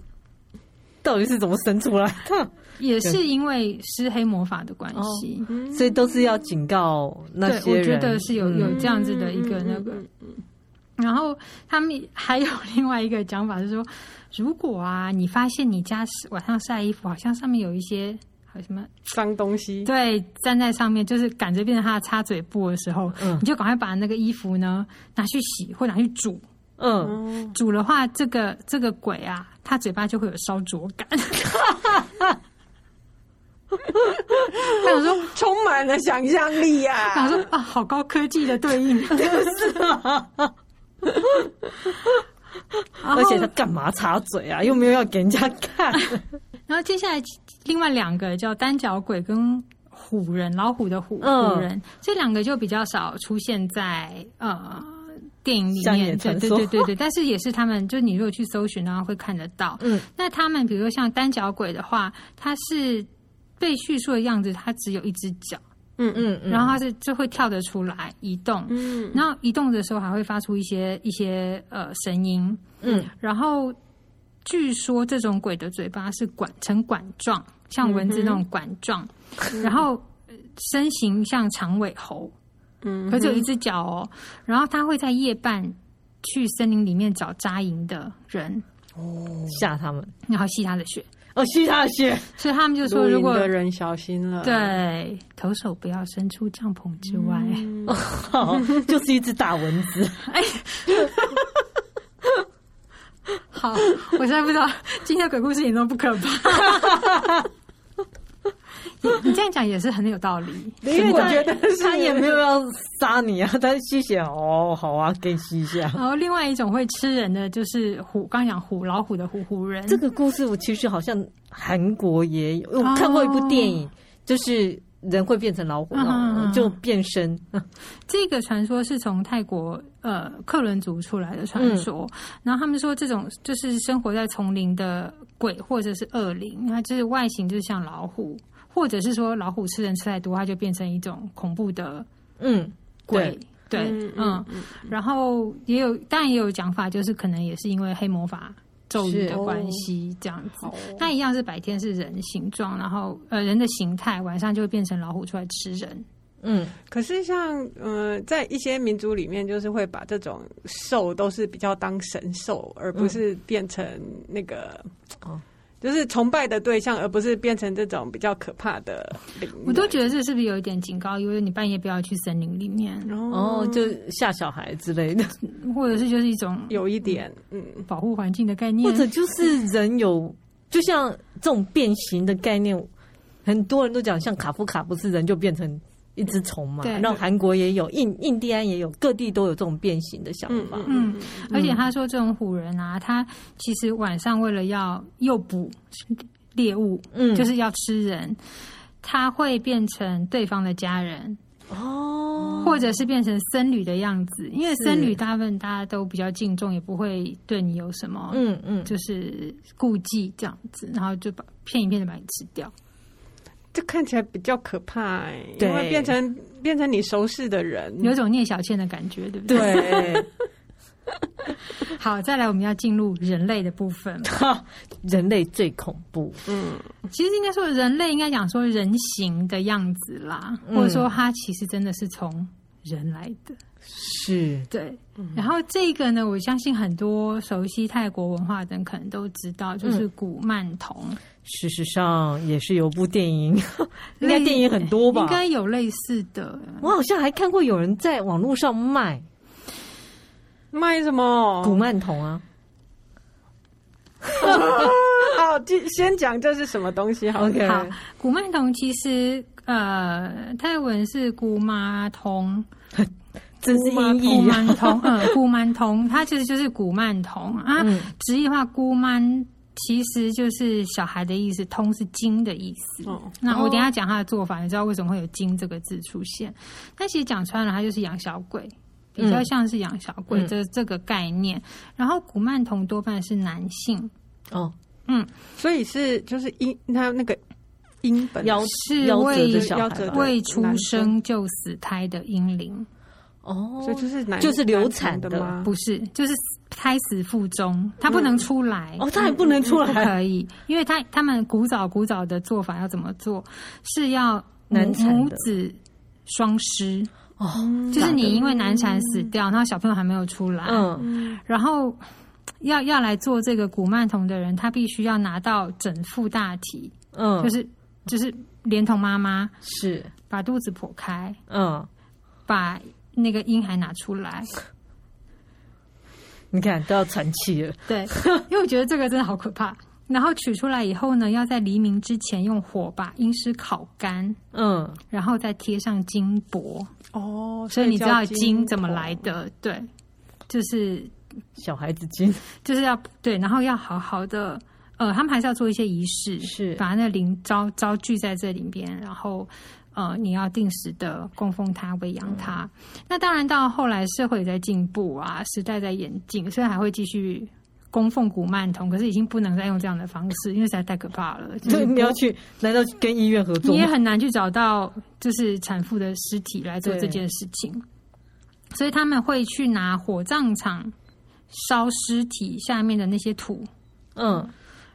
S3: 到底是怎么生出来的？
S1: 也是因为施黑魔法的关系。
S3: 所以都是要警告那
S1: 嗯对，
S3: 些
S1: 我
S3: 人。
S1: 觉得是有有
S3: 嗯
S1: 这样子的一个那个。
S2: 嗯
S1: 然后他们还有另外一个讲法是说，如果啊，你发现你家晚上晒衣服，好像上面有一些好什么，
S2: 脏东西，
S1: 对，粘在上面，就是感觉变成它的擦嘴布的时候，
S3: 嗯
S1: 你就赶快把那个衣服呢拿去洗或拿去煮。
S3: 嗯，
S2: 嗯，
S1: 煮的话，这个这个鬼啊，他嘴巴就会有烧灼感。他想说，
S2: 充满了想象力 呀、
S1: 想说 啊，好高科技的对应，然后
S3: 啊而且他干嘛插嘴啊？又没有要给人家看。
S1: 然后接下来另外两个叫单脚鬼跟虎人，老虎的虎、
S3: 嗯
S1: 虎人，这两个就比较少出现在呃电影里
S3: 乡野
S1: 面，对
S3: 传
S1: 对
S3: 说
S1: 对对对，但是也是他们，就你如果去搜寻的话会看得到。
S3: 嗯，
S1: 那他们比如说像单脚鬼的话，它是被叙述的样子，它只有一只脚，
S3: 嗯嗯，
S1: 然后它是就会跳得出来移动，
S2: 嗯，
S1: 然后移动的时候还会发出一些一些呃声音，
S3: 嗯
S1: 然后据说这种鬼的嘴巴是管呈管状，像蚊子那种管状，然后呃身形像长尾猴，
S2: 嗯
S1: 可只有一只脚哦。然后它会在夜半去森林里面找扎营的人，
S3: 吓他们。
S1: 然后吸他的血。
S3: 哦，吸他的血，
S1: 所以他们就说，
S2: 露
S1: 如
S2: 营
S1: 果
S2: 的人小心了，，
S1: 对投手不要伸出帐篷之外，
S2: 嗯
S3: 哦，就是一只大蚊子。
S1: 好，我现在不知道今天的鬼故事有多不可怕。 你你这样讲也是很有道理。
S3: 嗯
S2: 因为我觉得是
S3: 他也没有要杀你啊，他吸血哦，好啊，给你吸一下。
S1: 然后另外一种会吃人的就是虎，刚讲虎老虎的虎虎人，
S3: 这个故事我其实好像韩国也有，我
S1: 哦
S3: 看过一部电影，就是人会变成老虎，
S1: 嗯嗯
S3: 老
S1: 嗯
S3: 虎就变身。
S1: 这个传说是从泰国呃克伦族出来的传说，
S3: 嗯
S1: 然后他们说这种就是生活在丛林的鬼或者是恶灵，它就是外形就是像老虎，或者是说老虎吃人吃太多，它就变成一种恐怖的
S3: 嗯，
S1: 鬼。对，
S2: 嗯
S1: 嗯，然后也有，当然也有讲法，就是可能也是因为黑魔法咒语
S3: 是
S1: 的关系，这样子。
S2: 哦
S1: 那一样是白天是人形状，然后呃人的形态，晚上就会变成老虎出来吃人。
S3: 嗯，
S2: 可是像呃，在一些民族里面，就是会把这种兽都是比较当神兽，而不是变成那个，
S3: 哦
S2: 就是崇拜的对象，而不是变成这种比较可怕的灵人。
S1: 我都觉得这是不是有一点警告，因为你半夜不要去森林里面，
S3: 哦，就吓小孩之类的，
S1: 或者是就是一种
S2: 有一点，嗯，
S1: 保护环境的概
S3: 或
S1: 念。
S3: 者就是人有，就像这种变形的概念，很多人都讲，像卡夫卡不是人就变成一只虫嘛
S1: 对，
S3: 然后韩国也有，印印第安也有，各地都有这种变形的想法。
S1: 嗯，而且他说这种虎人啊，他其实晚上为了要诱捕猎物，
S3: 嗯
S1: 就是要吃人，他会变成对方的家人，
S3: 哦，
S1: 或者是变成僧侣的样子，因为僧
S3: 是
S1: 侣大部分大家都比较敬重，也不会对你有什么
S3: 嗯嗯，
S1: 就是顾忌这样子，然后就把骗一骗的把你吃掉。
S2: 这看起来比较可怕、欸，
S3: 对
S2: 因为变成变成你熟识的人，
S1: 有种聂小倩的感觉，对不对？
S3: 嗯对，
S1: 好，再来我们要进入人类的部分。
S3: 哈人类最恐怖。
S2: 嗯，
S1: 其实应该说人类应该讲说人形的样子啦，
S3: 嗯
S1: 或者说它其实真的是从人来的。
S3: 是，
S1: 对，然后这个呢，我相信很多熟悉泰国文化的人可能都知道，就是古曼童。
S3: 嗯事实上也是有部 电影，应该电影很多吧
S1: 应？该有类似的。
S3: 我好像还看过有人在网络上卖
S2: 卖什么？
S3: 古曼童啊，
S2: 好，就先讲这是什么东西好了
S3: OK
S1: 好，古曼童其实呃，泰文是古玛童，
S3: 真是音
S1: 古
S3: 译啊。
S1: 曼 童，呃，古曼童，它其实就是古曼童啊。
S3: 嗯
S1: 直译的话，姑曼其实就是小孩的意思，通是金的意思。
S2: 哦
S1: 那我等一下讲他的做法，你知道为什么会有“金”这个字出现？那其实讲穿了，它就是养小鬼，比较像是养小鬼、
S3: 嗯
S1: 这这个概念。然后古曼童多半是男性，
S3: 哦，
S2: 所以是就是音，他那个音本
S3: 夭
S1: 是
S3: 夭折
S1: 为
S3: 的小
S2: 夭
S3: 孩
S2: 折
S3: 吧
S2: 的
S1: 未出生就死胎的婴灵。
S3: 哦，
S2: 所以就是男
S3: 就是流产
S2: 男
S3: 的
S2: 的吗？
S1: 不是，就是胎死腹中，它不能出来。
S3: 嗯哦，他还不能出
S1: 不
S3: 来，
S1: 可以，因为他他们古早古早的做法要怎么做？是要母
S3: 难产的
S1: 母子双失，
S3: 哦，
S1: 就是你因为难产死掉，然后小朋友还没有出来，
S3: 嗯，
S1: 然后要要来做这个古曼童的人，他必须要拿到整副大体，
S3: 嗯，
S1: 就是就是连同妈妈
S3: 是，
S1: 把肚子剖开，
S3: 嗯，
S1: 把那个婴孩拿出来。
S3: 你看都要喘气了，
S1: 对， 因为我觉得这个真的好可怕。然后取出来以后呢，要在黎明之前用火把阴尸烤干，
S3: 嗯，
S1: 然后再贴上金箔。
S2: 哦，
S1: 所以你知道金
S2: 金
S1: 怎么来的？对，就是
S3: 小孩子精
S1: 就是要对，然后要好好的，呃，他们还是要做一些仪式，
S3: 是
S1: 把那灵招招聚在这里边，然后呃，你要定时的供奉它、喂养它。那当然，到后来社会也在进步啊，时代在演进，所以还会继续。供奉古曼童，可是已经不能再用这样的方式，因为实在太可怕了。就
S3: 对，
S1: 是
S3: 你要去，难道跟医院合作
S1: 你也
S3: 吗？
S1: 很难去找到就是产妇的尸体来做
S3: 对
S1: 这件事情，所以他们会去拿火葬场烧尸体下面的那些土，
S3: 嗯，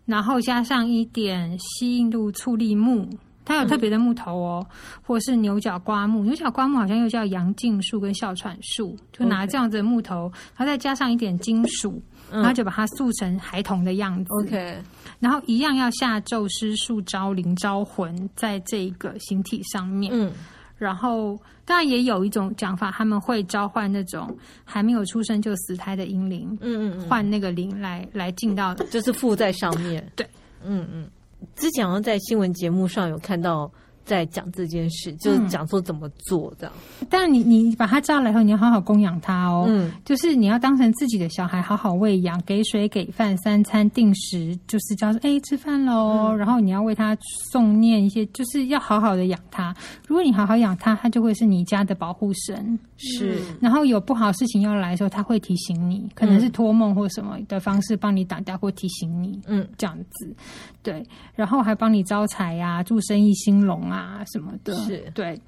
S1: 然后加上一点西印度醋栗木，它有特别的木头哦，或是牛角瓜木，牛角瓜木好像又叫阳茎树跟哮喘树，就拿
S3: OK
S1: 这样子的木头，然后再加上一点金属，
S3: 嗯哦
S1: 然后就把它塑成孩童的样子。
S3: ，OK，
S1: 然后一样要下咒施术招灵招魂在这一个形体上面。
S3: 嗯，
S1: 然后当然也有一种讲法，他们会召唤那种还没有出生就死胎的婴灵，
S3: 嗯嗯嗯，
S1: 换那个灵来来进到。
S3: 就是附在上 面，
S1: 对，
S3: 嗯嗯，之前好像在新闻节目上有看到在讲这件事，就是讲说怎么做这样，
S1: 但你你把它招来以后，你要好好供养它哦。
S3: 嗯
S1: 就是你要当成自己的小孩，好好喂养，给水给饭，三餐定时，就是叫说哎吃饭
S3: 嗯
S1: 喽，然后你要为他诵念一些，就是要好好的养他。如果你好好养他，他就会是你家的保护神。
S3: 是，
S1: 然后有不好事情要来的时候，他会提醒你，可能是托梦或什么的方式帮你挡掉或提醒你
S3: 嗯，
S1: 这样子，对，然后还帮你招财呀、啊、助生意兴隆啊什么的，
S3: 是
S1: 对。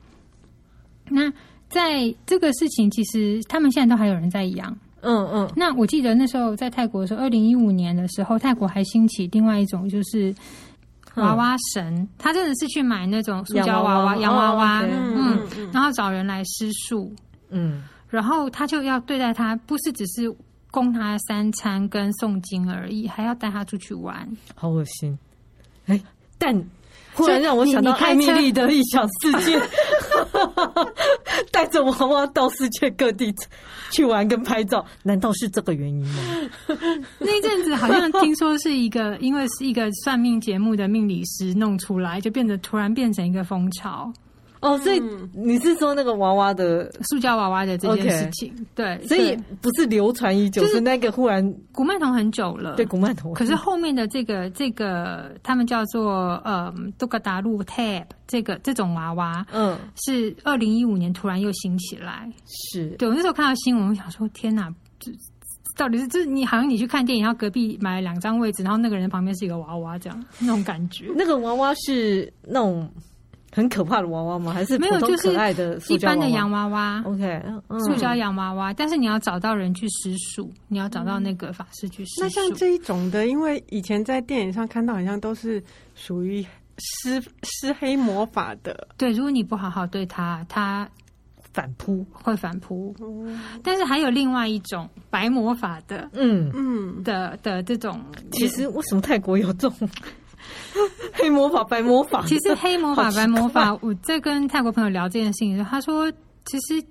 S1: 那在这个事情，其实他们现在都还有人在养。
S3: 嗯嗯，
S1: 那我记得那时候在泰国的时候，二零一五年的时候，泰国还兴起另外一种就是娃娃神，他真的是去买那种塑胶嗯娃娃、洋
S3: 洋
S1: 娃
S3: 娃
S1: 娃，
S3: 娃哦，OK
S1: 嗯，然后找人来施术，
S3: 嗯，
S1: 然后他就要对待他，不是只是供他三餐跟诵经而已，还要带他出去 玩。
S3: 好恶心，哎，但忽然让我想到
S1: 所以
S3: 艾
S1: 你你
S3: 米
S1: 开车
S3: 丽的异想世 界，带着娃娃到世界各地去玩跟拍照，难道是这个原因吗？
S1: 那一阵子好像听说是一个，因为是一个算命节目的命理师弄出来，就变得突然变成一个风潮，
S3: 哦，
S1: 嗯
S3: 所以你是说那个娃娃的，
S1: 塑胶娃娃的这件
S3: OK
S1: 事情。对，
S3: 所以
S1: 对
S3: 不是流传已久，
S1: 就是
S3: 是那个忽然
S1: 古曼童很久了，
S3: 对古曼童，
S1: 可是后面的这个这个，他们叫做呃杜格达路 tab 这个这种娃娃。
S3: 嗯
S1: 是二零一五年突然又兴起来，
S3: 是
S1: 对我那时候看到新闻，我想说天哪，这到底是就是你好像你去看电影，然后隔壁买了两张位置，然后那个人旁边是一个娃娃这样那种感觉。
S3: 那个娃娃是那种很可怕的娃娃吗？还是
S1: 没有
S3: 普通
S1: 就是
S3: 可爱的塑
S1: 一
S3: 胶娃
S1: 般
S3: 娃
S1: 的洋娃娃，
S3: ？OK，嗯
S1: 塑胶洋娃娃，但是你要找到人去施术，你要找到那个法师去施
S2: 嗯那像
S1: 术。
S2: 这一种的，因为以前在电影上看到，好像都是属于施施黑魔法的。
S1: 对，如果你不好好对他，他
S3: 反扑，
S1: 会反扑。但是还有另外一种白魔法的
S3: 嗯，
S2: 嗯，
S1: 的的这种，
S3: 其实为什么泰国有这种嗯 黑魔法、白魔法？
S1: 其实黑魔法
S3: 啊好、奇怪
S1: 白魔法，我在跟泰国朋友聊这件事情的时候，他说其实。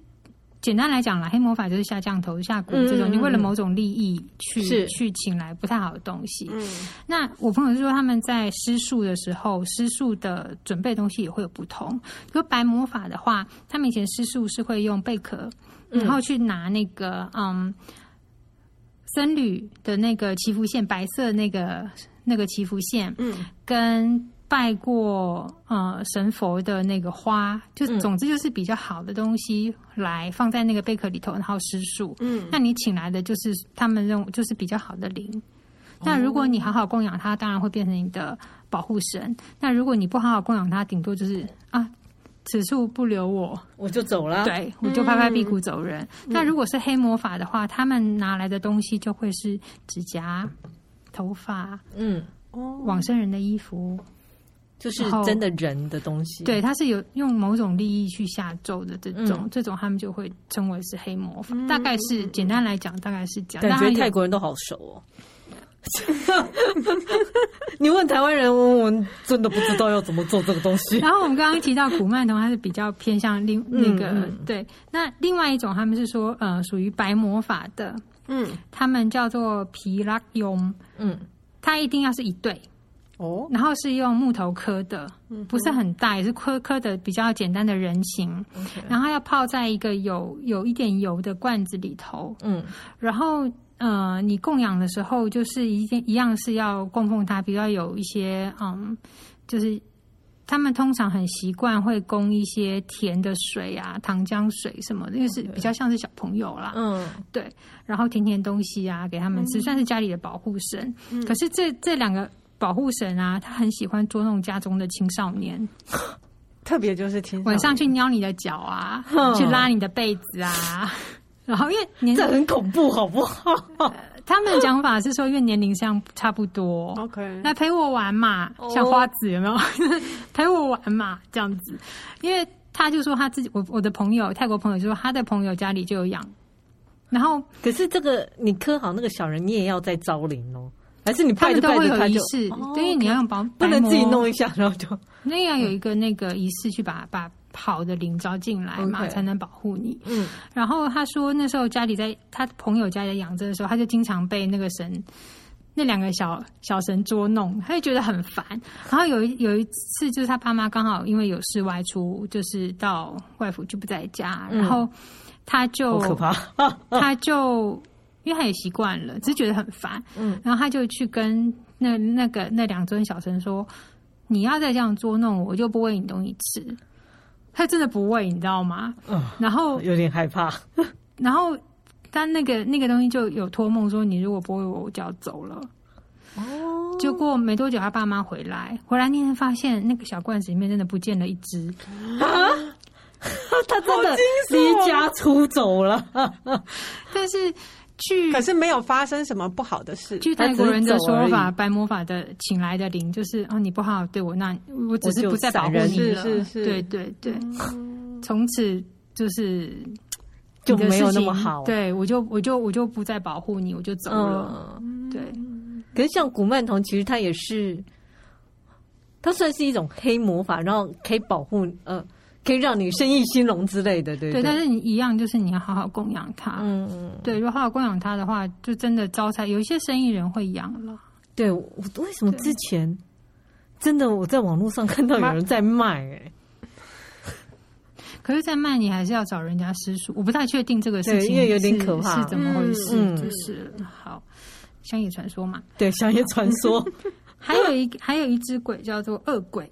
S1: 简单来讲啦，黑魔法就是下降头、下蛊这种，
S3: 嗯嗯
S1: 你为了某种利益去
S3: 是
S1: 去请来不太好的东西。
S2: 嗯
S1: 那我朋友就说他们在施术的时候，施术的准备东西也会有不同。比如白魔法的话，他们以前施术是会用贝壳，
S3: 嗯
S1: 然后去拿那个嗯僧侣的那个祈福线，白色那个那个祈福线，
S2: 嗯，
S1: 跟拜过呃神佛的那个花，就总之就是比较好的东西来放在那个贝壳里头，然后施术。
S2: 嗯，
S1: 那你请来的就是他们认为就是比较好的灵。那如果你好好供养它，当然会变成你的保护神。那如果你不好好供养它，顶多就是啊此处不留我，
S3: 我就走了。，
S1: 对我就拍拍屁股走人。那如果是黑魔法的话，他们拿来的东西就会是指甲、头发、
S3: 嗯，
S2: 哦，
S1: 往生人的衣服，
S3: 就是
S1: 然后
S3: 真的人的东西。
S1: 对，它是有用某种利益去下咒的这种，
S3: 嗯
S1: 这种他们就会称为是黑魔法。大概是简单来讲，大概是这样。
S3: 感
S1: 当然
S3: 觉
S1: 有
S3: 泰国人都好熟哦。 你问台湾人，我们真的不知道要怎么做这个东西。
S1: 然后我们刚刚提到古曼童，它是比较偏向另
S3: 嗯
S1: 那个、
S3: 嗯
S1: 对。那另外一种，他们是说呃，属于白魔法的，
S2: 嗯，
S1: 他们叫做皮拉雍，
S3: 嗯，
S1: 它一定要是一对，
S2: 哦，
S1: 然后是用木头刻的，不是很大，也是刻刻的比较简单的人形，
S3: 嗯
S1: 然后要泡在一个有有一点油的罐子里头，
S3: 嗯，
S1: 然后。呃，你供养的时候就是一定一样是要供奉它，比较有一些嗯，就是他们通常很习惯会供一些甜的水啊、糖浆水什么的，因为是比较像是小朋友啦，
S3: 嗯，
S1: 对，然后甜甜东西啊给他们吃，算是家里的保护神。可是这这两个保护神啊，他很喜欢捉弄家中的青少年，
S2: 特别就是青少
S1: 晚
S2: 年
S1: 上去撩你的脚啊，
S3: 哼
S1: 去拉你的被子啊。然后因为年
S3: 这很恐怖，好不好？
S1: 他们的讲法是说，因为年龄上差不多，
S2: ，OK，
S1: 来陪我玩嘛，
S3: 哦
S1: 像花子有没有？ 陪我玩嘛，这样子。因为他就说他自己，我我的朋友，泰国朋友就说他的朋友家里就有养，然后
S3: 可是这个你刻好那个小人，你也要再招灵哦，还是你
S1: 他
S3: 拜
S1: 们
S3: 着
S1: 都
S3: 拜
S1: 会
S3: 着
S1: 有
S3: 他
S1: 仪
S3: 就
S1: 式，
S3: 哦
S1: 对，因为你要用保
S3: 不能自己，
S1: 白膜
S3: 弄一下，然后就
S1: 那要有
S3: 嗯
S1: 一个那个仪式去把把好的灵招进来嘛，
S3: OK
S1: 才能保护你。
S3: 嗯
S1: 然后他说那时候家里在他朋友家里养着的时候，他就经常被那个神。那两个小小神捉弄，他就觉得很烦。然后有一有一次，就是他爸妈刚好因为有事外出，就是到外府就不在家，
S3: 嗯
S1: 然后他就
S3: 好可怕。嗯
S1: 他就因为他也习惯了，只是觉得很烦，
S3: 嗯
S1: 嗯，然后他就去跟那那个那两尊小神说：“你要再这样捉弄我，我就不喂你东西吃。”他真的不喂，你知道吗？
S3: 嗯，
S1: 然后
S3: 有点害怕。
S1: 然后但那个那个东西就有托梦说：“你如果不喂我，我就要走了。”
S3: 哦，
S1: 结果没多久，他爸妈回来，回来那天发现那个小罐子里面真的不见了一只，
S3: 他真的
S2: 悚啊
S3: 离家出走 了。
S1: 但是去
S2: 可是没有发生什么不好的事，
S1: 据
S3: 他
S1: 泰
S3: 只
S1: 国
S3: 是
S1: 人的
S3: 走而
S1: 说
S3: 已
S1: 法，白魔法的请来的灵就是哦，你不好好对我，那我只是
S3: 就
S1: 不再保
S3: 闪
S1: 护
S3: 人
S1: 你了。
S2: 是是是嗯
S1: 对对对，从此就是
S3: 就
S1: 你的
S3: 没有
S1: 事
S3: 那么
S1: 情
S3: 好
S1: 对我就我就我就不再保护你，我就走了。
S3: 嗯，
S1: 对，
S3: 可是像古曼童，其实他也是，他算是一种黑魔法，然后可以保护呃，可以让你生意兴隆之类的，对不
S1: 对，但是你一样就是你要好好供养它。
S3: 嗯嗯，
S1: 对，如果好好供养它的话，就真的招财。有一些生意人会养了。
S3: 对我我为什么之前真的我在网络上看到有人在卖、哎，
S1: 可是，在卖你还是要找人家私塾，我不太确定这个事
S3: 对
S1: 情
S3: 因为有点
S1: 是
S3: 可怕
S1: 是怎么回事，
S3: 嗯
S1: 就是好乡野传说嘛。
S3: 对，乡野传 说，
S1: 还有一 还有一只鬼叫做恶鬼，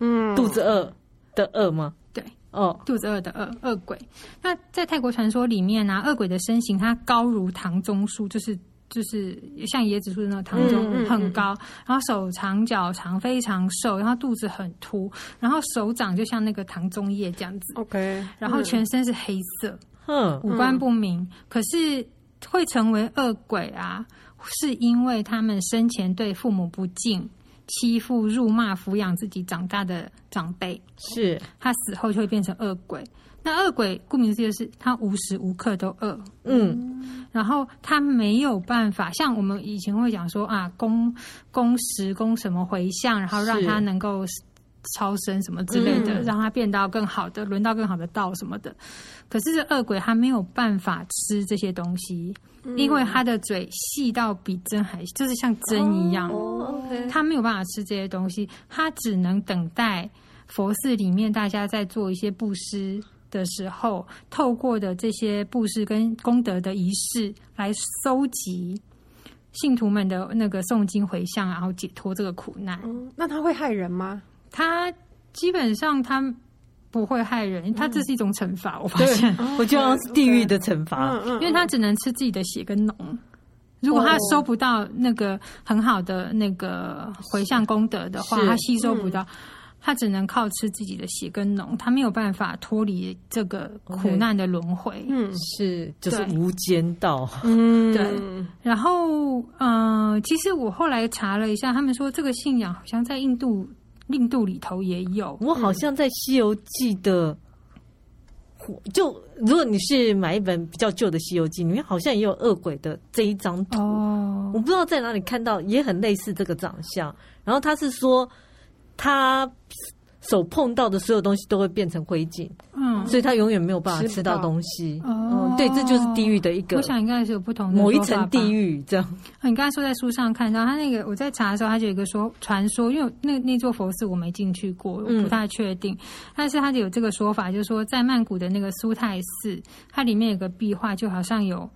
S2: 嗯，
S3: 肚子饿的饿吗？
S1: 对，
S3: 哦，
S1: 肚子饿的饿恶鬼。那在泰国传说里面呢、恶鬼的身形它高如唐棕树，就是就是像椰子树的那种唐棕，
S2: 嗯嗯嗯
S1: 很高。然后手长脚长，非常瘦，然后肚子很凸，然后手掌就像那个唐棕叶这样子，
S2: OK，
S1: 然后全身是黑色。
S3: 哼，
S1: 五官不明，可是会成为恶鬼啊，是因为他们生前对父母不敬，欺负、辱骂、抚养自己长大的长辈，
S3: 是，
S1: 他死后就会变成恶鬼。那恶鬼顾名思义就是他无时无刻都恶，
S3: 嗯，
S1: 然后他没有办法，像我们以前会讲说啊，供供食供什么回向，然后让
S3: 是
S1: 他能够超生什么之类的，
S2: 嗯
S1: 让他变到更好的，轮到更好的道什么的。可是这恶鬼他没有办法吃这些东西，
S3: 嗯
S1: 因为他的嘴细到比针还，就是像针一样，
S3: 哦，OK
S1: 他没有办法吃这些东西，他只能等待佛寺里面大家在做一些布施的时候，透过的这些布施跟功德的仪式来搜集信徒们的那个诵经回向，然后解脱这个苦难。
S2: 嗯，那他会害人吗？
S1: 他基本上他不会害人，他这是一种惩罚，我发现，
S3: 我就像是地狱的惩罚，
S2: 嗯嗯，
S1: 因为他只能吃自己的血跟脓。如
S3: 哦
S1: 果他收不到那个很好的那个回向功德的话，
S3: 是嗯
S1: 他吸收不到，他只能靠吃自己的血跟脓，他没有办法脱离这个苦难的轮回。
S2: 嗯
S3: 是就是
S1: 对
S3: 无间道，
S2: 嗯，
S1: 对然后，嗯、呃，其实我后来查了一下，他们说这个信仰好像在印度印度里头也有。
S3: 我好像在《西游记》的，就如果你是买一本比较旧的《西游记》，里面好像也有恶鬼的这一张图，
S1: 哦
S3: 我，不知道在哪里看到，也很类似这个长相。然后他是说，他手碰到的所有东西都会变成灰烬，
S1: 嗯，
S3: 所以他永远没有办法
S2: 吃不
S3: 哦吃到
S2: 到
S3: 东西。
S1: 哦
S3: 嗯，对，这就是地狱的一个
S1: 我想应该是有不同的
S3: 某一
S1: 说法
S3: 层
S1: 吧
S3: 地狱这样。
S1: 哦你刚才说在书上看到他那个，我在查的时候，他就有一个说传说，因为那那座佛寺我没进去过，我
S3: 嗯
S1: 不太确定。但是他有这个说法，就是说在曼谷的那个苏泰寺，它里面有个壁画，就好像有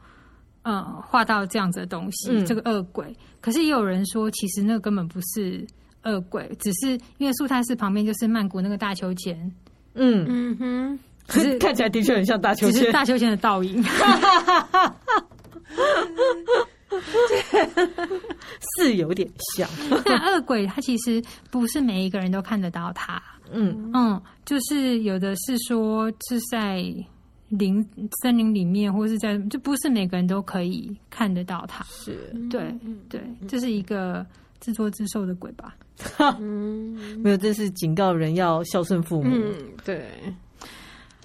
S1: 呃画到这样子的东西，
S3: 嗯
S1: 这个恶鬼。可是也有人说，其实那根本不是恶鬼，只是因为苏泰寺旁边就是曼谷那个大秋千，
S3: 嗯，
S2: 嗯哼，
S1: 只是
S3: 看起来的确很像大球
S1: 只是
S3: 仙。
S1: 大秋千的倒影。
S3: 是有点像，
S1: 那啊恶鬼他其实不是每一个人都看得到他。
S3: 嗯，
S1: 嗯，就是有的是说是在林森林里面，或是在就不是每个人都可以看得到它。
S3: 是
S1: 对对，这是一个自作自受的鬼吧？
S2: 嗯
S3: 没有，这是警告人要孝顺父母。
S2: 嗯，对，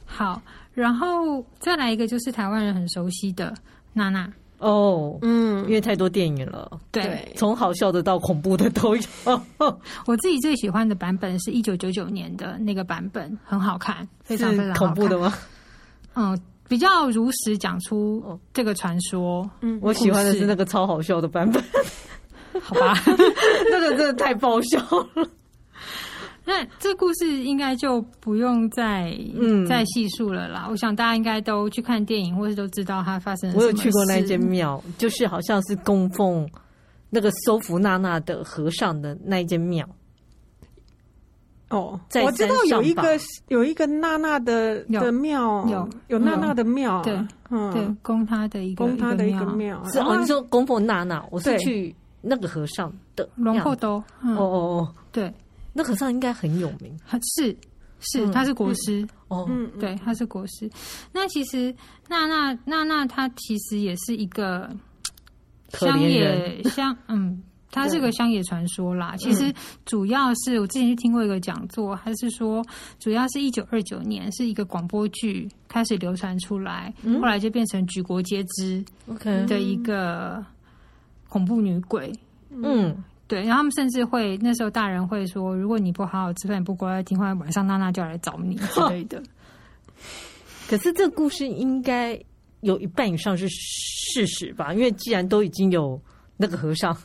S1: 好，然后再来一个就是台湾人很熟悉的娜娜，
S3: 哦，因
S2: 嗯，
S3: 为太多电影了，
S1: 对
S2: 对
S3: 从好笑的到恐怖的都有。
S1: 我自己最喜欢的版本是一九九九年的那个版本，很好看，非常非常
S3: 是
S1: 好
S3: 恐
S1: 看
S3: 怖的。吗？
S1: 嗯，比较如实讲出这个传说，
S2: 哦嗯
S3: 我喜欢的是那个超好笑的版本，
S1: 好吧？
S3: 那个真的太爆笑了。
S1: 那这故事应该就不用再
S3: 嗯
S1: 再细述了啦。我想大家应该都去看电影，或者都知道它发生了什
S3: 我
S1: 么
S3: 有去过那一
S1: 事
S3: 间庙，就是好像是供奉那个收服娜娜的和尚的那一间庙，
S2: 哦，
S3: 在
S2: 我知道
S3: 山上
S2: 有一
S3: 吧
S2: 个有一个娜娜的
S1: 有
S2: 的庙，
S1: 有
S2: 有娜娜的庙，
S1: 对
S2: 嗯，
S1: 对，供他的一个
S2: 供她的一个
S1: 个庙，
S2: 庙，嗯
S3: 是
S2: 然后
S3: 哦，你说供奉娜娜，我是
S2: 对
S3: 去那个和尚的
S1: 龙
S3: 庙
S1: 后兜。嗯，
S3: 哦哦哦，
S1: 对，
S3: 那和尚应该很有名
S1: 很是是，
S3: 嗯
S1: 他是国师，
S3: 哦。
S2: 嗯，嗯
S1: 对，他是国师。那其实娜娜娜娜，她其实也是一个
S3: 可
S1: 乡
S3: 怜人，
S1: 野乡，嗯，它是
S3: 对
S1: 个乡野传说啦。其实主要是我之前去听过一个讲座，还是说主要是一九二九年是一个广播剧开始流传出来，后来就变成举国皆知
S3: OK，
S1: 的一个恐怖女鬼。
S3: 嗯，
S1: 对，然后他们甚至会那时候大人会说，如果你不好好吃饭，你不乖乖听话，晚上娜娜就要来找你之类的。
S3: 可是这故事应该有一半以上是事实吧？因为既然都已经有那个和尚，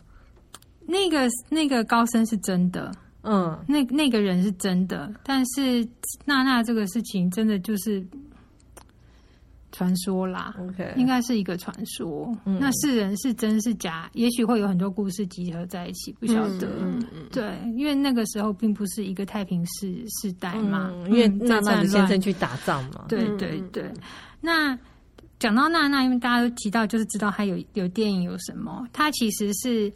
S1: 那个那个高僧是真的，
S3: 嗯，
S1: 那那个人是真的，但是娜娜这个事情真的就是传说啦
S3: 嗯 OK
S1: 应该是一个传说。
S3: 嗯
S1: 那是人是真是假，也许会有很多故事集合在一起，不晓得。
S2: 嗯嗯
S1: 对，因为那个时候并不是一个太平时时代嘛，
S3: 嗯，因为
S1: 嗯
S3: 娜娜
S1: 在
S3: 的先。生
S1: 战乱
S3: 去打仗 嘛，
S1: 对
S2: 嗯
S1: 对
S2: 嗯
S1: 对
S2: 嗯，
S1: 那。讲到娜娜，因为大家都提到，就是知道她有有电影有什么，她其实是